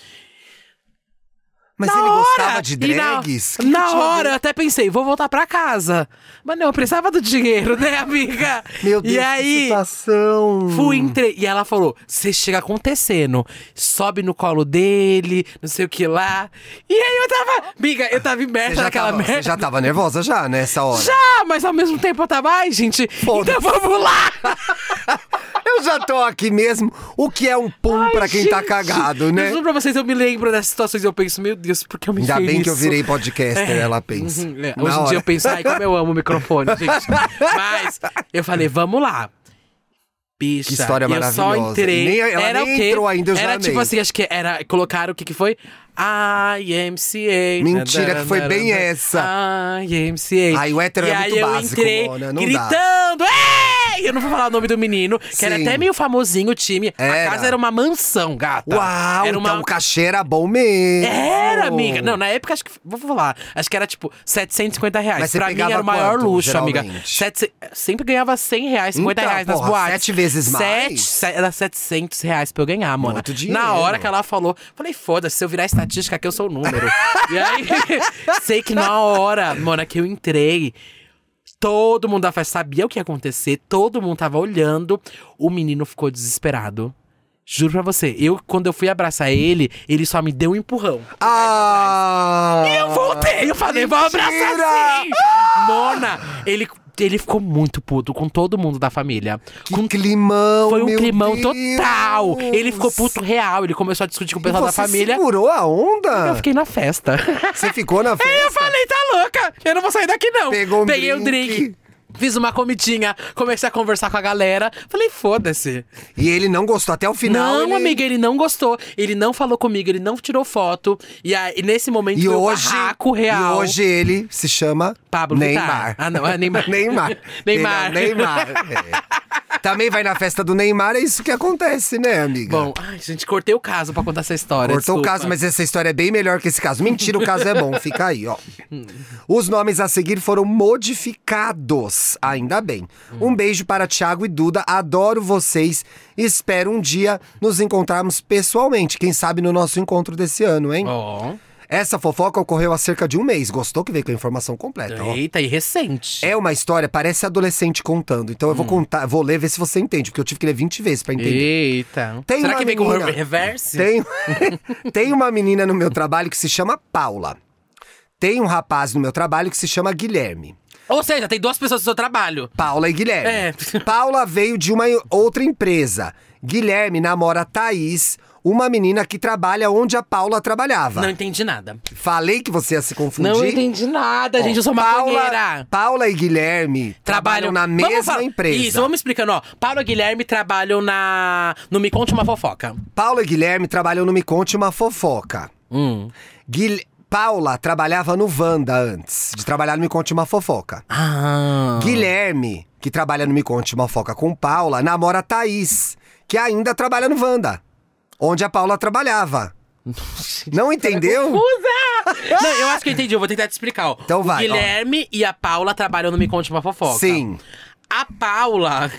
Mas Na ele gostava hora! de E na- drags? Que que Na, tinha a ver? hora, eu até pensei, vou voltar pra casa. Mas não, eu precisava do dinheiro, né, amiga? Meu Deus, e que aí, situação. Fui, entrei. E ela falou: você chega acontecendo. Sobe no colo dele, não sei o que lá. E aí eu tava. Miga, eu tava Você imersa já, naquela tava, você merda. já tava nervosa já nessa hora? Já, mas ao mesmo tempo eu tava. Ai, gente, Foda-se. então vamos lá! Eu já tô aqui mesmo. O que é um pum pra quem tá Gente, cagado, Eu né? juro pra vocês, eu me lembro dessas situações e eu penso, meu Deus, por que eu me Ainda fiz bem que eu isso? virei podcaster, né? ela pensa. Uhum, é. Na Hoje em hora. dia eu penso, ai, como eu amo o microfone, gente. Mas eu falei, vamos lá. Bicha, Que história eu maravilhosa. só entrei. Nem- ela era nem o quê? entrou ainda, eu já Era amei. tipo assim, acho que era. Colocaram o que que foi? IMCA. Mentira, que foi bem essa. IMCA. Ai, o hétero e é aí muito eu básico, entrei Mona, não dá. gritando, ei! Eu não vou falar o nome do menino, que era Sim. até meio famosinho o time. Era. A casa era uma mansão, gata. Uau, tá. era uma então o cachê era bom mesmo. era, amiga. Não, na época, acho que. Vou falar. Acho que era tipo 750 reais. Mas você pra mim pegava era o maior quanto, luxo, amiga. geralmente? Sete, sempre ganhava 100 reais, 50 Então, reais nas porra, boates. sete vezes Sete- mais? se- era 700 reais pra eu ganhar, mano. Muito dinheiro. Na hora que ela falou, falei, foda-se, se eu virar estatística aqui, eu sou o número. e aí, sei que na hora, mano, que eu entrei. Todo mundo da festa sabia o que ia acontecer, todo mundo tava olhando. O menino ficou desesperado. Juro pra você, eu, quando eu fui abraçar ele, ele só me deu um empurrão. Ah! Eu voltei, eu falei, vou abraçar Mentira! sim! Mona, ele, ele ficou muito puto com todo mundo da família. Que climão, Foi um Oh, meu climão Deus. total! Ele ficou puto real, ele começou a discutir com o E pessoal da você família. segurou a onda? Eu fiquei na festa. Você ficou na festa? Eu falei, tá louca? Eu não vou sair daqui, não. Pegou um Peguei um drink. drink. Fiz uma comidinha, comecei a conversar com a galera. Falei, foda-se. E ele não gostou até o final. Não, ele- amiga, ele não gostou. Ele não falou comigo, ele não tirou foto. E aí, nesse momento, E foi um hoje, barraco real. e hoje ele se chama Pablo Neymar. Vittar. Ah, não, é Neymar. Neymar. Neymar. Ele é o Neymar. é. Também vai na festa do Neymar, é isso que acontece, né, amiga? Bom, ai, gente, cortei o caso pra contar essa história. Cortou o desculpa. caso, mas essa história é bem melhor que esse caso. Mentira, o caso é bom, fica aí, ó. Os nomes a seguir foram modificados, ainda bem. Um beijo para Thiago e Duda, adoro vocês. Espero um dia nos encontrarmos pessoalmente, quem sabe no nosso encontro desse ano, hein? Ó. Essa fofoca ocorreu há cerca de um mês. Gostou que veio com a informação completa, ó. Eita, e recente. É uma história, parece adolescente contando. Então eu vou contar, vou ler, ver se você entende, porque eu tive que ler 20 vezes pra entender. Eita. Tem Será uma que vem com menina- re- reverse? Tem, tem uma menina no meu trabalho que se chama Paula. Tem um rapaz no meu trabalho que se chama Guilherme. Ou seja, tem duas pessoas no seu trabalho. Paula e Guilherme. É. Paula veio de uma outra empresa. Guilherme namora Thaís, uma menina que trabalha onde a Paula trabalhava. Não entendi nada. Falei que você ia se confundir. Não entendi nada, gente. Eu sou Paula, maconheira. Paula e Guilherme trabalham, na Vamos mesma falar- empresa. Isso, vamos explicando, ó. Paulo e Guilherme trabalham na. No Me Conte uma Fofoca. Paula e Guilherme trabalham no Me Conte uma Fofoca. Hum. Guil- Paula trabalhava no Wanda antes de trabalhar no Me Conte uma Fofoca. Ah. Guilherme, que trabalha no Me Conte uma Fofoca com Paula, namora Thaís, que ainda trabalha no Wanda, onde a Paula trabalhava. Não entendeu? Não, eu acho que eu entendi, eu vou tentar te explicar, ó. Então vai, ó. O Guilherme e a Paula trabalham no Me Conte uma Fofoca. Sim. A Paula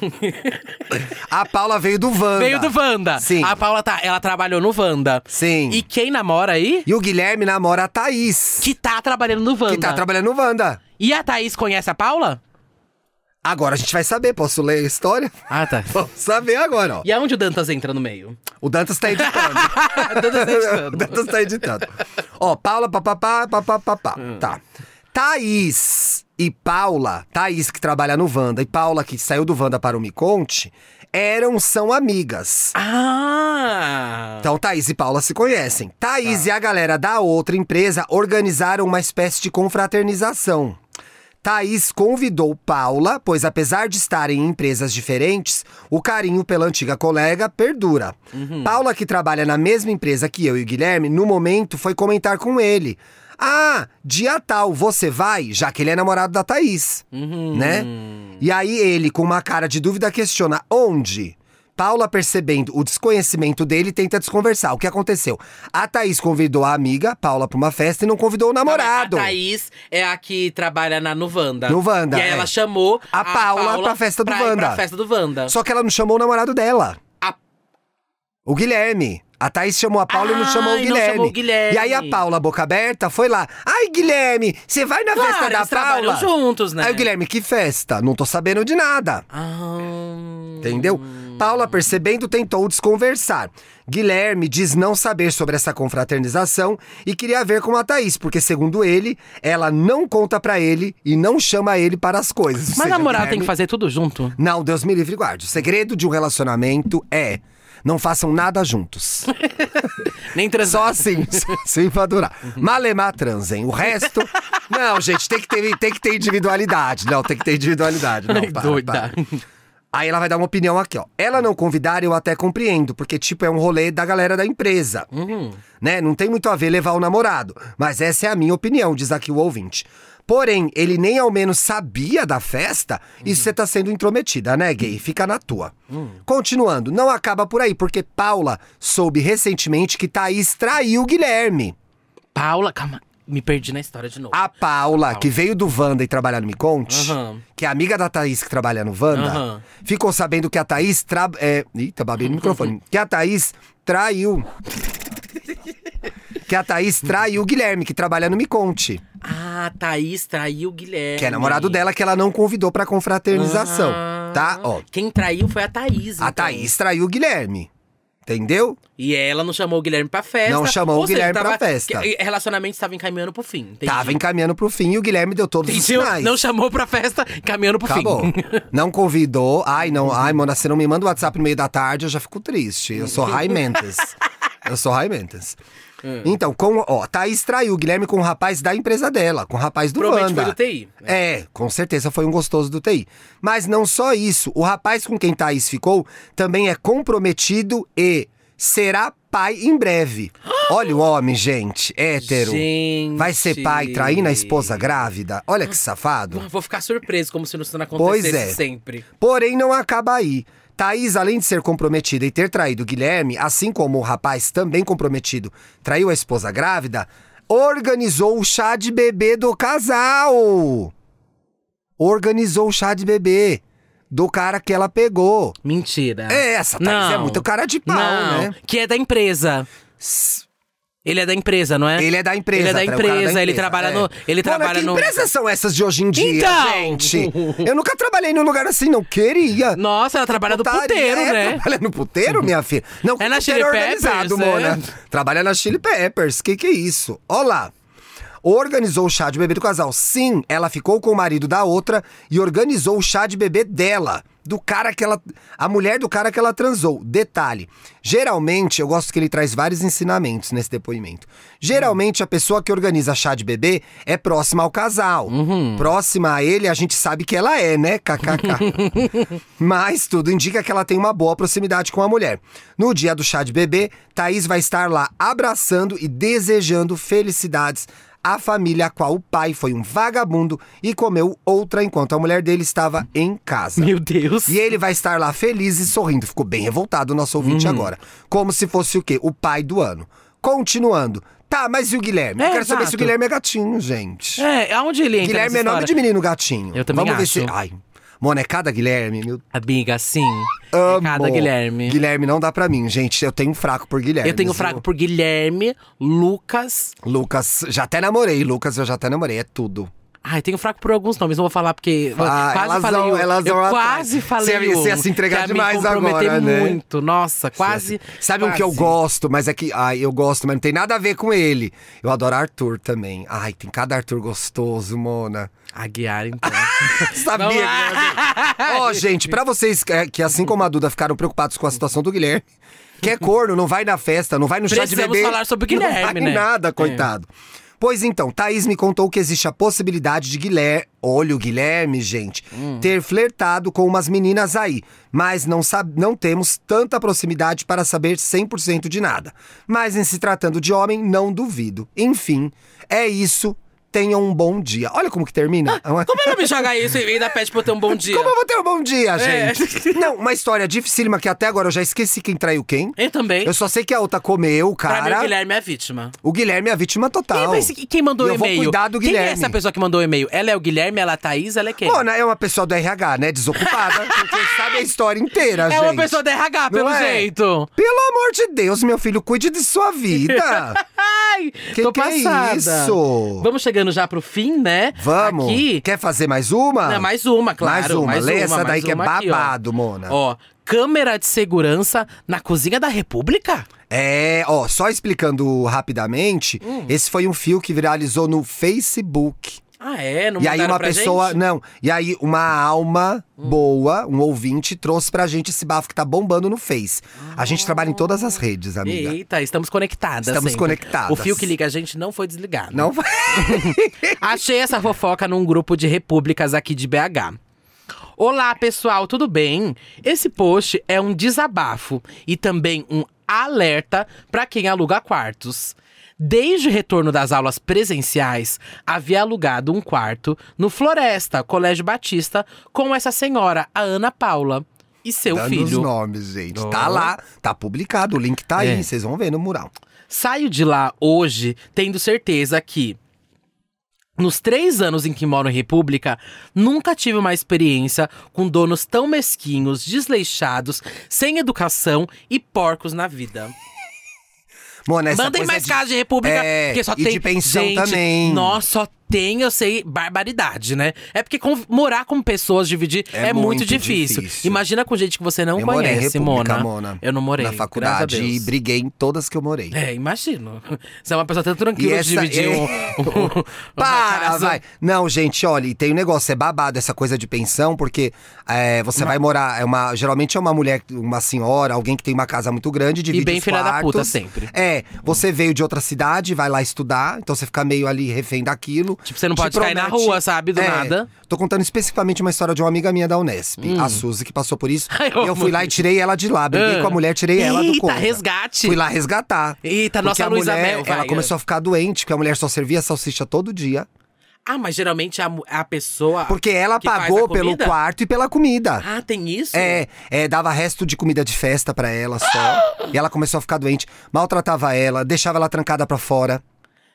A Paula veio do Wanda. veio do Wanda. Sim. A Paula tá, ela trabalhou no Wanda. Sim. E quem namora aí? E o Guilherme namora a Thaís, Que tá trabalhando no Wanda. que tá trabalhando no Wanda. E a Thaís conhece a Paula? Agora a gente vai saber, posso ler a história? Ah, tá. Vamos saber agora, ó. E aonde o Dantas entra no meio? O Dantas tá editando. o Dantas tá o editando. Dantas tá editando. Ó, Paula, papapá, papapá. Tá. Thaís e Paula, Thaís que trabalha no Wanda e Paula que saiu do Wanda para o Me Conte, eram, são amigas. Ah! Então, Thaís e Paula se conhecem. Thaís e a galera da outra empresa organizaram uma espécie de confraternização. Thaís convidou Paula, pois apesar de estarem em empresas diferentes, o carinho pela antiga colega perdura. Paula, que trabalha na mesma empresa que eu e o Guilherme, no momento foi comentar com ele. Ah, dia tal, você vai? Já que ele é namorado da Thaís, né? E aí ele, com uma cara de dúvida, questiona onde? Paula, percebendo o desconhecimento dele, tenta desconversar. O que aconteceu? A Thaís convidou a amiga, Paula, pra uma festa e não convidou o namorado. A Thaís é a que trabalha na, no Wanda. No Wanda, E aí é. ela chamou A Paula pra festa do pra ir Wanda. Pra festa do Wanda. Só que ela não chamou o namorado dela. A- O Guilherme. A Thaís chamou a Paula e não Ah, chamou o e não Guilherme. chamou o Guilherme. E aí a Paula, boca aberta, foi lá. Ai, Guilherme, você vai na Claro, festa da eles Paula? trabalham juntos, né? Aí o Guilherme, que festa? Não tô sabendo de nada. Ah, Entendeu? Paula, percebendo, tentou desconversar. Guilherme diz não saber sobre essa confraternização e queria ver com a Thaís, porque, segundo ele, ela não conta pra ele e não chama ele para as coisas. Ou Mas seja, né? namorado tem Guilherme- que fazer tudo junto? Não, Deus me livre e guarde. O segredo de um relacionamento é não façam nada juntos. Nem transar. Só assim, só assim pra durar. Malemar transem. O resto. Não, gente, tem que ter, tem que ter individualidade. Não, tem que ter individualidade. Não, Ai, para, doida. para. Aí ela vai dar uma opinião aqui, ó. Ela não convidar, eu até compreendo, porque, tipo, é um rolê da galera da empresa. Né? Não tem muito a ver levar o namorado. Mas essa é a minha opinião, diz aqui o ouvinte. Porém, ele nem ao menos sabia da festa, isso você tá sendo intrometida, né, gay? Fica na tua. Continuando, não acaba por aí, porque Paula soube recentemente que Thaís traiu o Guilherme. Paula, calma. Me perdi na história de novo. A Paula, que veio do Wanda e trabalha no Me Conte, Aham. que é amiga da Thaís que trabalha no Wanda, Aham. ficou sabendo que a Thaís. Tra... É... Eita, babei no microfone. Que a Thaís traiu. que a Thaís traiu o Guilherme, que trabalha no Me Conte, Ah, Thaís traiu o Guilherme. que é namorado dela, que ela não convidou pra confraternização. Ah. Tá? Ó, Quem traiu foi a Thaís. a então. Thaís traiu o Guilherme. Entendeu? E ela não chamou o Guilherme pra festa. Não chamou Ou o seja, Guilherme tava- pra festa. que- Relacionamento estava encaminhando pro fim. Entendi. Tava encaminhando pro fim e o Guilherme deu todos Entendeu? os sinais. Não chamou pra festa, caminhando pro Acabou. fim. Não convidou. Ai, não. Ai, Mona, você não me manda o WhatsApp no meio da tarde, eu já fico triste. Eu sou Rai Mendes. Eu sou Rai Mendes. É. Então, com, ó, Thaís traiu o Guilherme com o rapaz da empresa dela, com o rapaz do Provavelmente Wanda. foi do TI, É, com certeza foi um gostoso do TI. Mas não só isso, o rapaz com quem Thaís ficou também é comprometido e será pai em breve. Olha o homem, gente, hétero. Gente. Vai ser pai traindo a esposa grávida? Olha que safado. Vou ficar surpreso, como se isso não Pois acontecesse é. sempre. Porém, não acaba aí. Thaís, além de ser comprometida e ter traído Guilherme, assim como o rapaz também comprometido traiu a esposa grávida, organizou o chá de bebê do casal. Organizou o chá de bebê do cara que ela pegou. Mentira. É, essa Thaís é Não. muito cara de pau, não, né? Que é da empresa. Ele é da empresa, não é? Ele é da Ele empresa. é da tra- o cara empresa, ele trabalha no. Ele Mano, trabalha que no. empresas são essas de hoje em dia, Então! gente? Eu nunca trabalhei num lugar assim, não queria. Nossa, ela trabalha do Putaria, puteiro, é, né? Trabalha no puteiro, minha filha? Não, É na puteiro Chili organizado, Peppers, Mona. é. Trabalha na Chili Peppers, que que é isso? Ó lá. Organizou o chá de bebê do casal. Sim, ela ficou com o marido da outra e organizou o chá de bebê dela. Do cara que ela. A mulher do cara que ela transou. Detalhe: geralmente, eu gosto que ele traz vários ensinamentos nesse depoimento. Geralmente, a pessoa que organiza chá de bebê é próxima ao casal. Uhum. Próxima a ele, a gente sabe que ela é, né? KKK. Mas tudo indica que ela tem uma boa proximidade com a mulher. No dia do chá de bebê, Thaís vai estar lá abraçando e desejando felicidades à família a qual o pai foi um vagabundo e comeu outra enquanto a mulher dele estava em casa. Meu Deus. E ele vai estar lá feliz e sorrindo. Ficou bem revoltado o nosso ouvinte Uhum. agora. Como se fosse o quê? O pai do ano. Continuando. Tá, mas e o Guilherme? É, Eu quero saber se o exato. Guilherme é gatinho, gente. É, aonde ele entra? Guilherme nessa é nome história? de menino gatinho. Eu também Vamos acho. ver se. Ai. Mona, é cada Guilherme, meu Amiga, sim. É amo. Cada Guilherme. Guilherme não dá pra mim, gente. Eu tenho um fraco por Guilherme. Eu tenho viu? fraco por Guilherme, Lucas. Lucas, já até namorei. Lucas, eu já até namorei. É tudo. Ai, tenho fraco por alguns nomes, não vou falar porque. Ah, quase elas falei vão- um. elas eu vão atrás. quase falei Você ia- você ia um, se entregar que ia demais me comprometer agora, né? muito. Nossa, quase. Sabe um que eu quase. gosto, mas é que. Ai, eu gosto, mas não tem nada a ver com ele. Eu adoro Arthur também. Ai, tem cada Arthur gostoso, Mona. Aguiar, então. Sabia que ia ver. Ó, gente, pra vocês que- que, assim como a Duda, ficaram preocupados com a situação do Guilherme, que é corno, não vai na festa, não vai no chá de Precisamos bebê. falar sobre o Guilherme, não vai né? nada, coitado. Pois então, Thaís me contou que existe a possibilidade de Guilherme, olha o Guilherme, gente, Hum. ter flertado com umas meninas aí, mas não, sab... não temos tanta proximidade para saber 100% de nada. Mas em se tratando de homem, não duvido. Enfim, é isso. Tenham um bom dia. Olha como que termina. Como ela me joga isso e ainda pede pra eu ter um bom dia? Como eu vou ter um bom dia, É. gente? Não, uma história dificílima que até agora eu já esqueci quem traiu quem. Eu também. Eu só sei que a outra comeu, o pra mim, o cara. Guilherme é a vítima. O Guilherme é a vítima Ih, total. mas e quem mandou o Eu vou e-mail? cuidar do Quem é Guilherme. essa pessoa que mandou o e-mail? Ela é o Guilherme, ela é a Thaís, ela é quem? Mona é uma pessoa do RH, né? Desocupada, porque sabe a história inteira, é gente. uma pessoa da RH, pelo Não é? jeito. Pelo amor de Deus, meu filho, cuide de sua vida. Ai, Que tô que é passada. isso? Vamos chegando já pro fim, né? Vamos. Aqui, Quer fazer mais uma? Não, Né, mais uma, claro. Ah, Mais uma. Lê essa mais daí que é uma aqui, ó. babado, Mona. Ó, câmera de segurança na cozinha da República? É, ó, só explicando rapidamente, Hum. esse foi um fio que viralizou no Facebook. Ah, é? Não E aí mandaram uma pra pessoa, gente? não, e aí uma alma boa, um ouvinte trouxe pra gente esse bafo que tá bombando no Face. A gente trabalha em todas as redes, amiga. Eita, estamos conectadas. Estamos sempre. conectadas. O fio que liga a gente não foi desligado. Não vai. Achei essa fofoca num grupo de repúblicas aqui de BH. Olá, pessoal, tudo bem? Esse post é um desabafo e também um alerta para quem aluga quartos. Desde o retorno das aulas presenciais, havia alugado um quarto no Floresta, Colégio Batista, com essa senhora, a Ana Paula, e seu Dando os filho. nomes, gente. Ó. Tá lá, tá publicado, o link tá É. aí, vocês vão ver no mural. Saio de lá hoje tendo certeza que, nos três anos em que moro em República, nunca tive uma experiência com donos tão mesquinhos, desleixados, sem educação e porcos na vida. Mona, essa Mandem coisa mais de- casos de República, É, porque só e tem. de pensão gente, também. Nossa, só tem, eu sei, barbaridade, né? É porque conv- morar com pessoas, dividir, é, É muito, muito difícil. difícil. Imagina com gente que você não eu morei em conhece, República, Mona. Mona. Eu não morei. Na graças a faculdade Deus. e briguei em todas que eu morei. É, imagino. Você é uma pessoa tão tranquila E de essa- é- dividir um, um, uma Para, casa. vai. Não, gente, olha, e tem um negócio, é babado essa coisa de pensão, porque é, você vai morar, é uma, geralmente é uma mulher, uma senhora, alguém que tem uma casa muito grande, divide bem os filha da puta quartos. sempre. É, você veio de outra cidade, vai lá estudar, então você fica meio ali refém daquilo. Tipo, você não Te pode cair na promete- rua, sabe, do É, nada. Tô contando especificamente uma história de uma amiga minha da Unesp, a Suzy, que passou por isso. Hum. Ai, eu eu fui lá amo. e tirei ela de lá, briguei Ah. com a mulher, tirei ela do Eita, corpo. resgate. Fui lá resgatar. Eita, nossa Porque a Luísa mulher, Mel, vai. é. Ela começou a ficar doente, porque a mulher só servia salsicha todo dia. Ah, mas geralmente a, mu- a pessoa. Porque ela Ah, que faz a pagou pelo comida? quarto e pela comida. Ah, tem isso? É, é, dava resto de comida de festa pra ela só. e ela começou a ficar doente, maltratava ela, deixava ela trancada pra fora.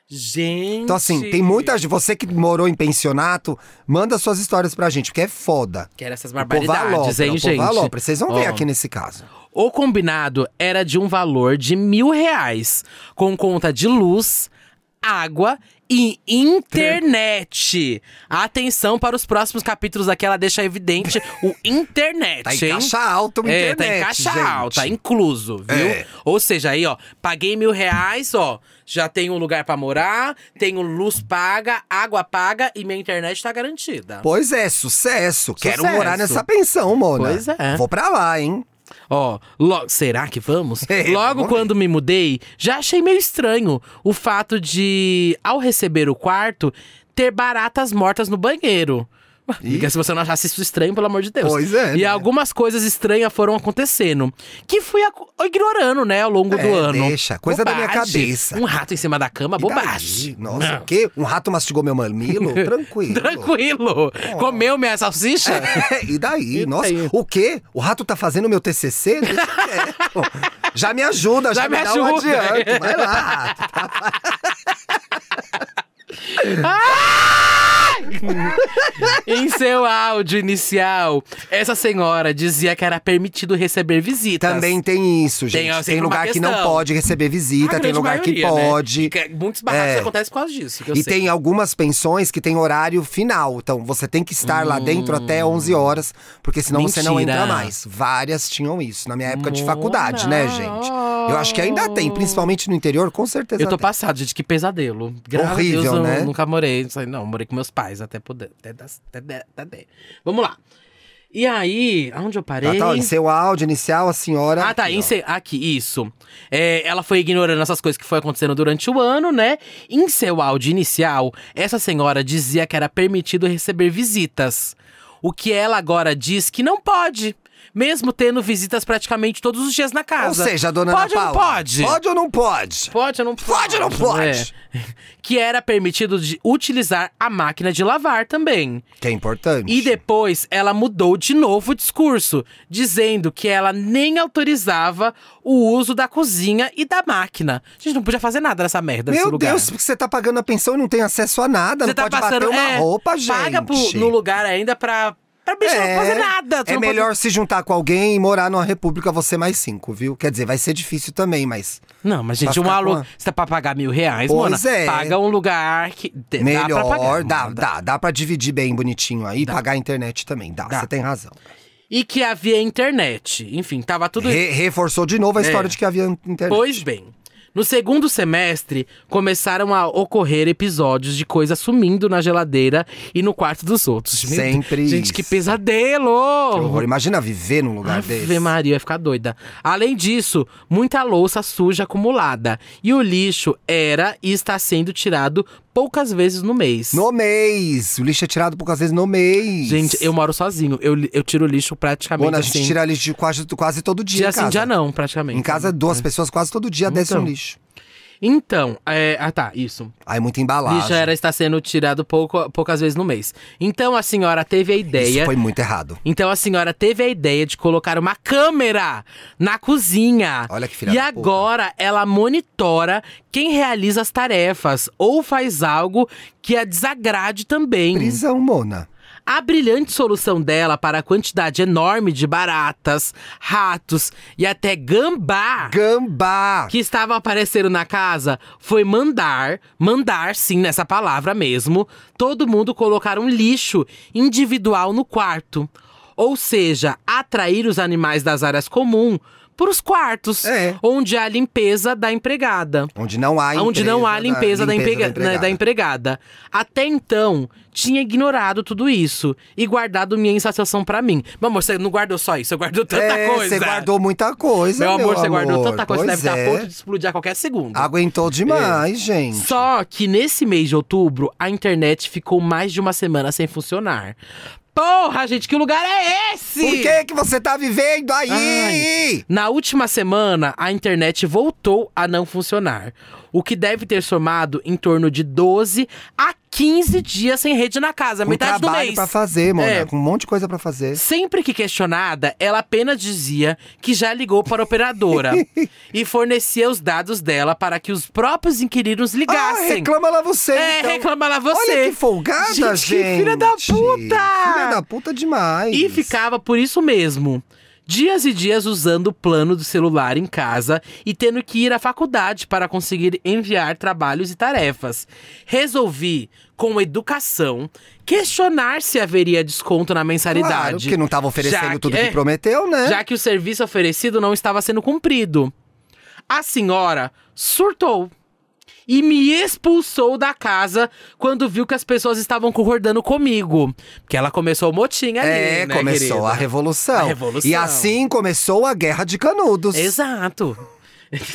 Gente. Então, assim, tem muita gente. Você que morou em pensionato, manda suas histórias pra gente, porque é foda. Quero essas O povo barbaridades, hein, o povo gente? alopra. Vocês vão ver Ó. aqui nesse caso. O combinado era de um valor de mil reais, com conta de luz, água e internet. Atenção para os próximos capítulos aqui, ela deixa evidente o internet, Tá em hein? caixa alta o é, internet, tá em caixa gente. alta, incluso, viu? É. Ou seja, aí, ó, paguei mil reais, ó, já tenho um lugar pra morar, tenho luz paga, água paga e minha internet tá garantida. Pois é, sucesso. Quero Sucesso. morar nessa pensão, Mona. Pois é. Vou pra lá, hein? Ó, lo- será que vamos? É, Logo vamos ver. quando me mudei, já achei meio estranho o fato de, ao receber o quarto, ter baratas mortas no banheiro. Amiga, se você não achasse isso estranho, pelo amor de Deus. Pois é, E né? algumas coisas estranhas foram acontecendo. Que fui acu- ignorando, né, ao longo do É, ano. deixa, coisa da minha Bobagem. cabeça. Um rato em cima da cama, E bobagem. daí? Nossa, Não. o quê? Um rato mastigou meu mamilo? Tranquilo. Tranquilo. Oh. Comeu minha salsicha? e daí? E Nossa, daí? o quê? O rato tá fazendo meu TCC? Deixa quieto. Já me ajuda, já, Já me, me dá um ajuda. adianto. Vai lá. Em seu áudio inicial, essa senhora dizia que era permitido receber visitas. Também tem isso, gente. Tem, ó, Tem, sempre uma lugar que não questão. pode receber visita, A tem grande lugar que maioria, né? pode. Que Muitos barracos É. acontecem por causa disso. que eu E sei. tem algumas pensões que tem horário final. Então, você tem que estar lá dentro até 11 horas, porque senão você não Hum. Mentira. entra mais. Várias tinham isso na minha época de faculdade, né, gente? Eu acho que ainda tem, principalmente no interior, com certeza. Eu tô tem. passado, gente, que pesadelo. Graças Horrível, a Deus, eu né? nunca morei. não sei, Não, morei com meus pais até poder. Até, dar- até, der- até, der. Vamos lá. E aí, aonde eu parei? Tá, tá, ó, em seu áudio inicial, a senhora. Ah, tá. aqui, em ó. seu- aqui, isso. É, ela foi ignorando essas coisas que foi acontecendo durante o ano, né? Em seu áudio inicial, essa senhora dizia que era permitido receber visitas. O que ela agora diz que não pode. Mesmo tendo visitas praticamente todos os dias na Ou casa. seja, dona Pode Ana ou não Paula, pode? Pode ou não pode? Pode ou não pode? Pode ou não pode? É. Que era permitido de utilizar a máquina de lavar também. Que é importante. E depois ela mudou de novo o discurso, dizendo que ela nem autorizava o uso da cozinha e da máquina. A gente não podia fazer nada nessa merda nesse Meu lugar. Deus, porque você tá pagando a pensão e não tem acesso a nada, Você não tá pode passando bater uma é, roupa, gente. Paga pro- no lugar ainda pra. Pra bicho não fazer nada. Tu É não pode- melhor se juntar com alguém e morar numa república você mais cinco, viu? Quer dizer, vai ser difícil também, mas Não, mas gente, Pra um ficar com aluno. a- Você tá pra pagar mil reais, Pois mona? é. Paga um lugar que. dê- dá pra melhor. pagar, Dá, mona. dá, dá pra dividir bem bonitinho aí, pagar a internet também. Dá, Dá. você tem razão. E que havia internet. Enfim, tava tudo. Re- reforçou de novo a história É. de que havia internet. Pois bem, no segundo semestre, começaram a ocorrer episódios de coisa sumindo na geladeira e no quarto dos outros. Meu Deus, Sempre Gente, isso. que pesadelo! Que horror. Imagina viver num lugar Ave desse. Maria, ia ficar doida. Além disso, muita louça suja acumulada. E o lixo era e está sendo tirado poucas vezes no mês. No mês. O lixo é tirado poucas vezes no mês. Gente, eu moro sozinho. Eu, eu tiro lixo praticamente Mona, a gente assim. tira lixo de quase, quase todo dia. dia em sim, casa. dia não, praticamente. Em casa, duas pessoas quase todo dia descem um Então. lixo. Então, é, ah tá, isso. Aí muita embalagem. Lixo era está sendo tirado pouco- poucas vezes no mês. Então a senhora teve a Isso ideia. foi muito errado. Então a senhora teve a ideia de colocar uma câmera na cozinha. Olha que filha E da puta. agora ela monitora quem realiza as tarefas ou faz algo que a desagrade também. Prisão, Mona. A brilhante solução dela para a quantidade enorme de baratas, ratos e até gambá Gambá! que estava aparecendo na casa foi mandar, mandar sim nessa palavra mesmo, todo mundo colocar um lixo individual no quarto. Ou seja, atrair os animais das áreas comuns para os quartos, É. onde há a limpeza da empregada. Onde não há Onde não há limpeza, da, limpeza empregada, né, da empregada. Até então, tinha ignorado tudo isso e guardado minha insatisfação para mim. Meu amor, você não guardou só isso, você guardou tanta É, coisa. Você guardou muita coisa, Meu amor, você guardou é, amor. tanta coisa que Pois deve tá É. estar a é. ponto de explodir a qualquer segundo. Aguentou demais, gente. Só que nesse mês de outubro, a internet ficou mais de uma semana sem funcionar. Porra, gente, que lugar é esse? Por que que você tá vivendo aí? Na última semana, a internet voltou a não funcionar, o que deve ter somado em torno de 12 a 15 dias sem rede na casa, Com metade do Um trabalho mês. pra fazer, Mona. É. Com um monte de coisa pra fazer. Sempre que questionada, ela apenas dizia que já ligou para a operadora e fornecia os dados dela para que os próprios inquilinos Ah, ligassem. reclama lá você, É, então. reclama lá você. Olha que folgada, gente. Gente, que filha da puta! Filha da puta demais. E ficava por isso mesmo. Dias e dias usando o plano do celular em casa e tendo que ir à faculdade para conseguir enviar trabalhos e tarefas. Resolvi, com educação, questionar se haveria desconto na mensalidade. Claro, porque não tava oferecendo Já que- tudo que é, prometeu, né? Já que o serviço oferecido não estava sendo cumprido. A senhora surtou e me expulsou da casa quando viu que as pessoas estavam concordando comigo. Porque ela começou o motim ali, É, né, começou querida? a revolução. A revolução. E assim começou a guerra de canudos. Exato.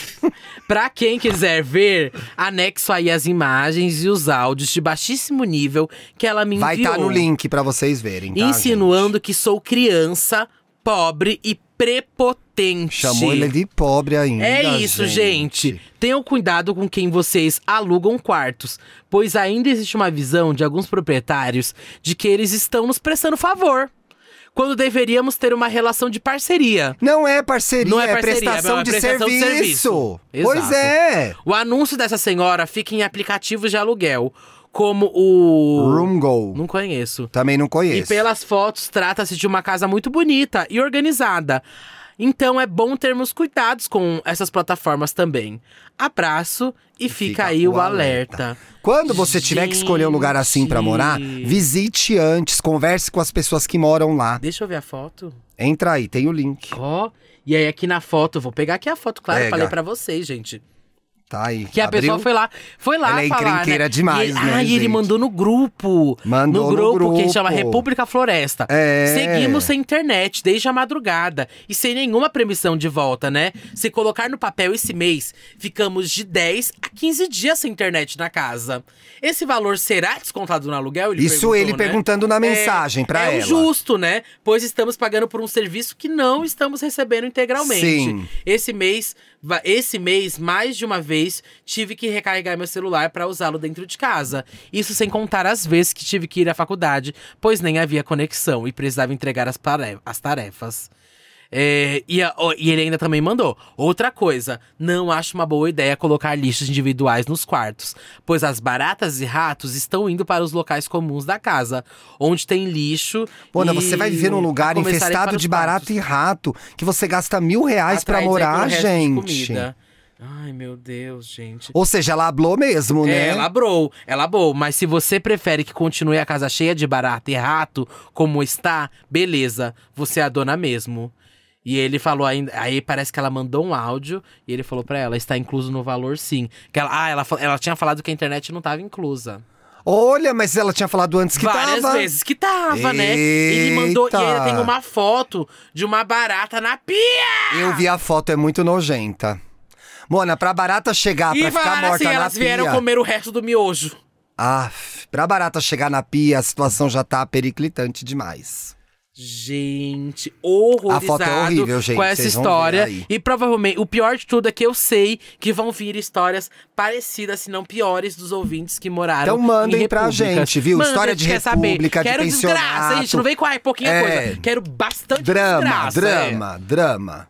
pra quem quiser ver, anexo aí as imagens e os áudios de baixíssimo nível que ela me enviou. Vai estar no link pra vocês verem, tá, insinuando que sou criança, pobre e prepotente. gente? Chamou ele de pobre ainda, É isso, gente. Tenham cuidado com quem vocês alugam quartos, pois ainda existe uma visão de alguns proprietários de que eles estão nos prestando favor, quando deveríamos ter uma relação de parceria. Não é parceria, Não é parceria, prestação, não, é de, prestação de serviço. serviço. Pois Exato. é. O anúncio dessa senhora fica em aplicativos de aluguel, como o. Room Go. Não conheço. Também não E conheço. pelas fotos, trata-se de uma casa muito bonita e organizada. Então é bom termos cuidados com essas plataformas também. Abraço e, fica, aí o alerta. Quando você tiver que escolher um lugar assim pra morar, Gente. visite antes, converse com as pessoas que moram lá. Deixa eu ver a foto. Entra aí, tem o link. Ó. E aí aqui na foto, vou pegar aqui a foto, claro, eu Pega. falei pra vocês, gente. Tá aí. Que a Abriu? pessoa foi lá, foi lá Ela é falar, encrenqueira né? demais, e, né, Ah, e ele gente? mandou no grupo. Mandou no no grupo, que grupo. chama República Floresta. É. Seguimos sem internet desde a madrugada e sem nenhuma permissão de volta, né? Se colocar no papel esse mês, ficamos de 10 a 15 dias sem internet na casa. Esse valor será descontado no aluguel? Ele Isso ele né? perguntando na mensagem pra é ela. o justo, né? Pois estamos pagando por um serviço que não estamos recebendo integralmente. Sim. Esse mês, va- esse mês mais de uma vez tive que recarregar meu celular para usá-lo dentro de casa. Isso sem contar as vezes que tive que ir à faculdade, pois nem havia conexão e precisava entregar as, pare- as tarefas. É, e, a- ó, e ele ainda também mandou. Outra coisa, não acho uma boa ideia colocar lixos individuais nos quartos, pois as baratas e ratos estão indo para os locais comuns da casa, onde tem lixo. Mona, e- né, você vai viver num lugar a começar a ir para infestado os de barato quartos. e rato, que você gasta mil reais pra Atraídos aí pelo morar, resto de gente. comida. Ai, meu Deus, gente. Ou seja, ela ablou mesmo, né? É, ela brou, ela brou. Mas se você prefere que continue a casa cheia de barata e rato, como está, beleza, você é a dona mesmo. E ele falou ainda. Aí parece que ela mandou um áudio e ele falou pra ela: está incluso no valor, sim. Que ela, ah, ela, fa- ela tinha falado que a internet não tava inclusa. Olha, mas ela tinha falado antes que Várias tava. vezes que tava, né? Ele mandou. E ainda Eita. tem uma foto de uma barata na pia! Eu vi a foto, é muito nojenta. Mona, pra barata chegar, e Ah, pra ficar falaram morta assim: na elas vieram pia. comer o resto do miojo. Aff, pra barata chegar na pia, a situação já tá periclitante demais. Gente, horrorizado A foto é horrível, gente, com essa vocês vão história. ver aí. E provavelmente, o pior de tudo é que eu sei que vão vir histórias parecidas, se não piores, dos ouvintes que moraram Então mandem em pra repúblicas. gente, viu? Mandem, História de quer saber. república, de Quero desgraça, pensionato. gente. Não vem com ai, pouquinha É. coisa. Quero bastante Drama, desgraça. é. Uhum. drama, drama.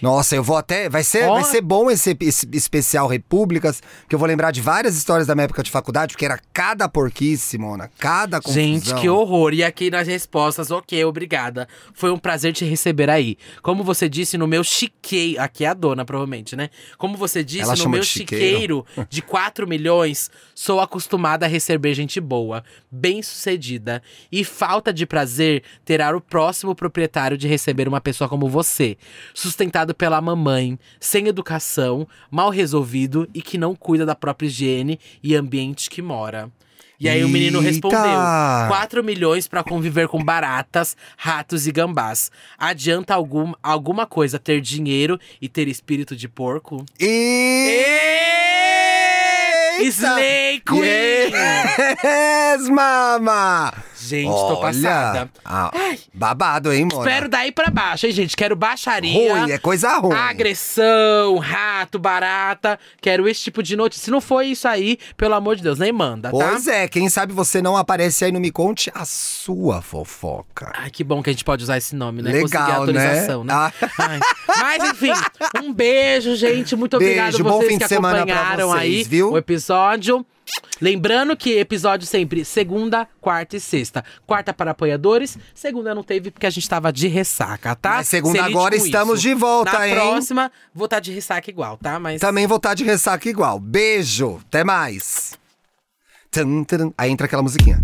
Nossa, eu vou até. Vai ser, Ó. vai ser bom esse, esse especial Repúblicas, que eu vou lembrar de várias histórias da minha época de faculdade, porque era cada porquice, Mona. Cada confusão. Gente, que horror. E aqui nas respostas, ok, obrigada. Foi um prazer te receber aí. Como você disse no meu chiqueiro. Aqui é a dona, provavelmente, né? Como você disse Ela no chama meu de chiqueiro chiqueiro. de 4 milhões, sou acostumada a receber gente boa, bem sucedida. E falta de prazer terá o próximo proprietário de receber uma pessoa como você, sustentado pela mamãe, sem educação, mal resolvido e que não cuida da própria higiene e ambiente que mora. E aí o menino Eita! respondeu: 4 milhões pra conviver com baratas, ratos e gambás. Adianta algum, alguma coisa ter dinheiro e ter espírito de porco? E. Slay Queen! Yes, mama! Gente, Olha, tô passada. ah, babado, hein, Mona? Espero daí pra baixo, hein, gente? Quero baixaria. Ruim, é coisa ruim. tá? Agressão, rato, barata. Quero esse tipo de notícia. Se não for isso aí, pelo amor de Deus, nem manda, tá? Pois é, quem sabe você não aparece aí no Me Conte a sua fofoca. Ai, que bom que a gente pode usar esse nome, né? Legal, Conseguir a autorização, né? né? Ah. Ai. Mas enfim, um beijo, gente. Muito obrigado Beijo, vocês bom fim que de semana pra acompanharam vocês, aí viu? o episódio. Lembrando que episódio sempre segunda, quarta e sexta. Quarta para apoiadores, segunda não teve porque a gente tava de ressaca, tá? Mas segunda Selite agora com estamos de volta, Na hein? próxima vou estar de ressaca igual, tá? Mas Também vou estar de ressaca igual. Beijo, até mais. Tum, tum. Aí entra aquela musiquinha.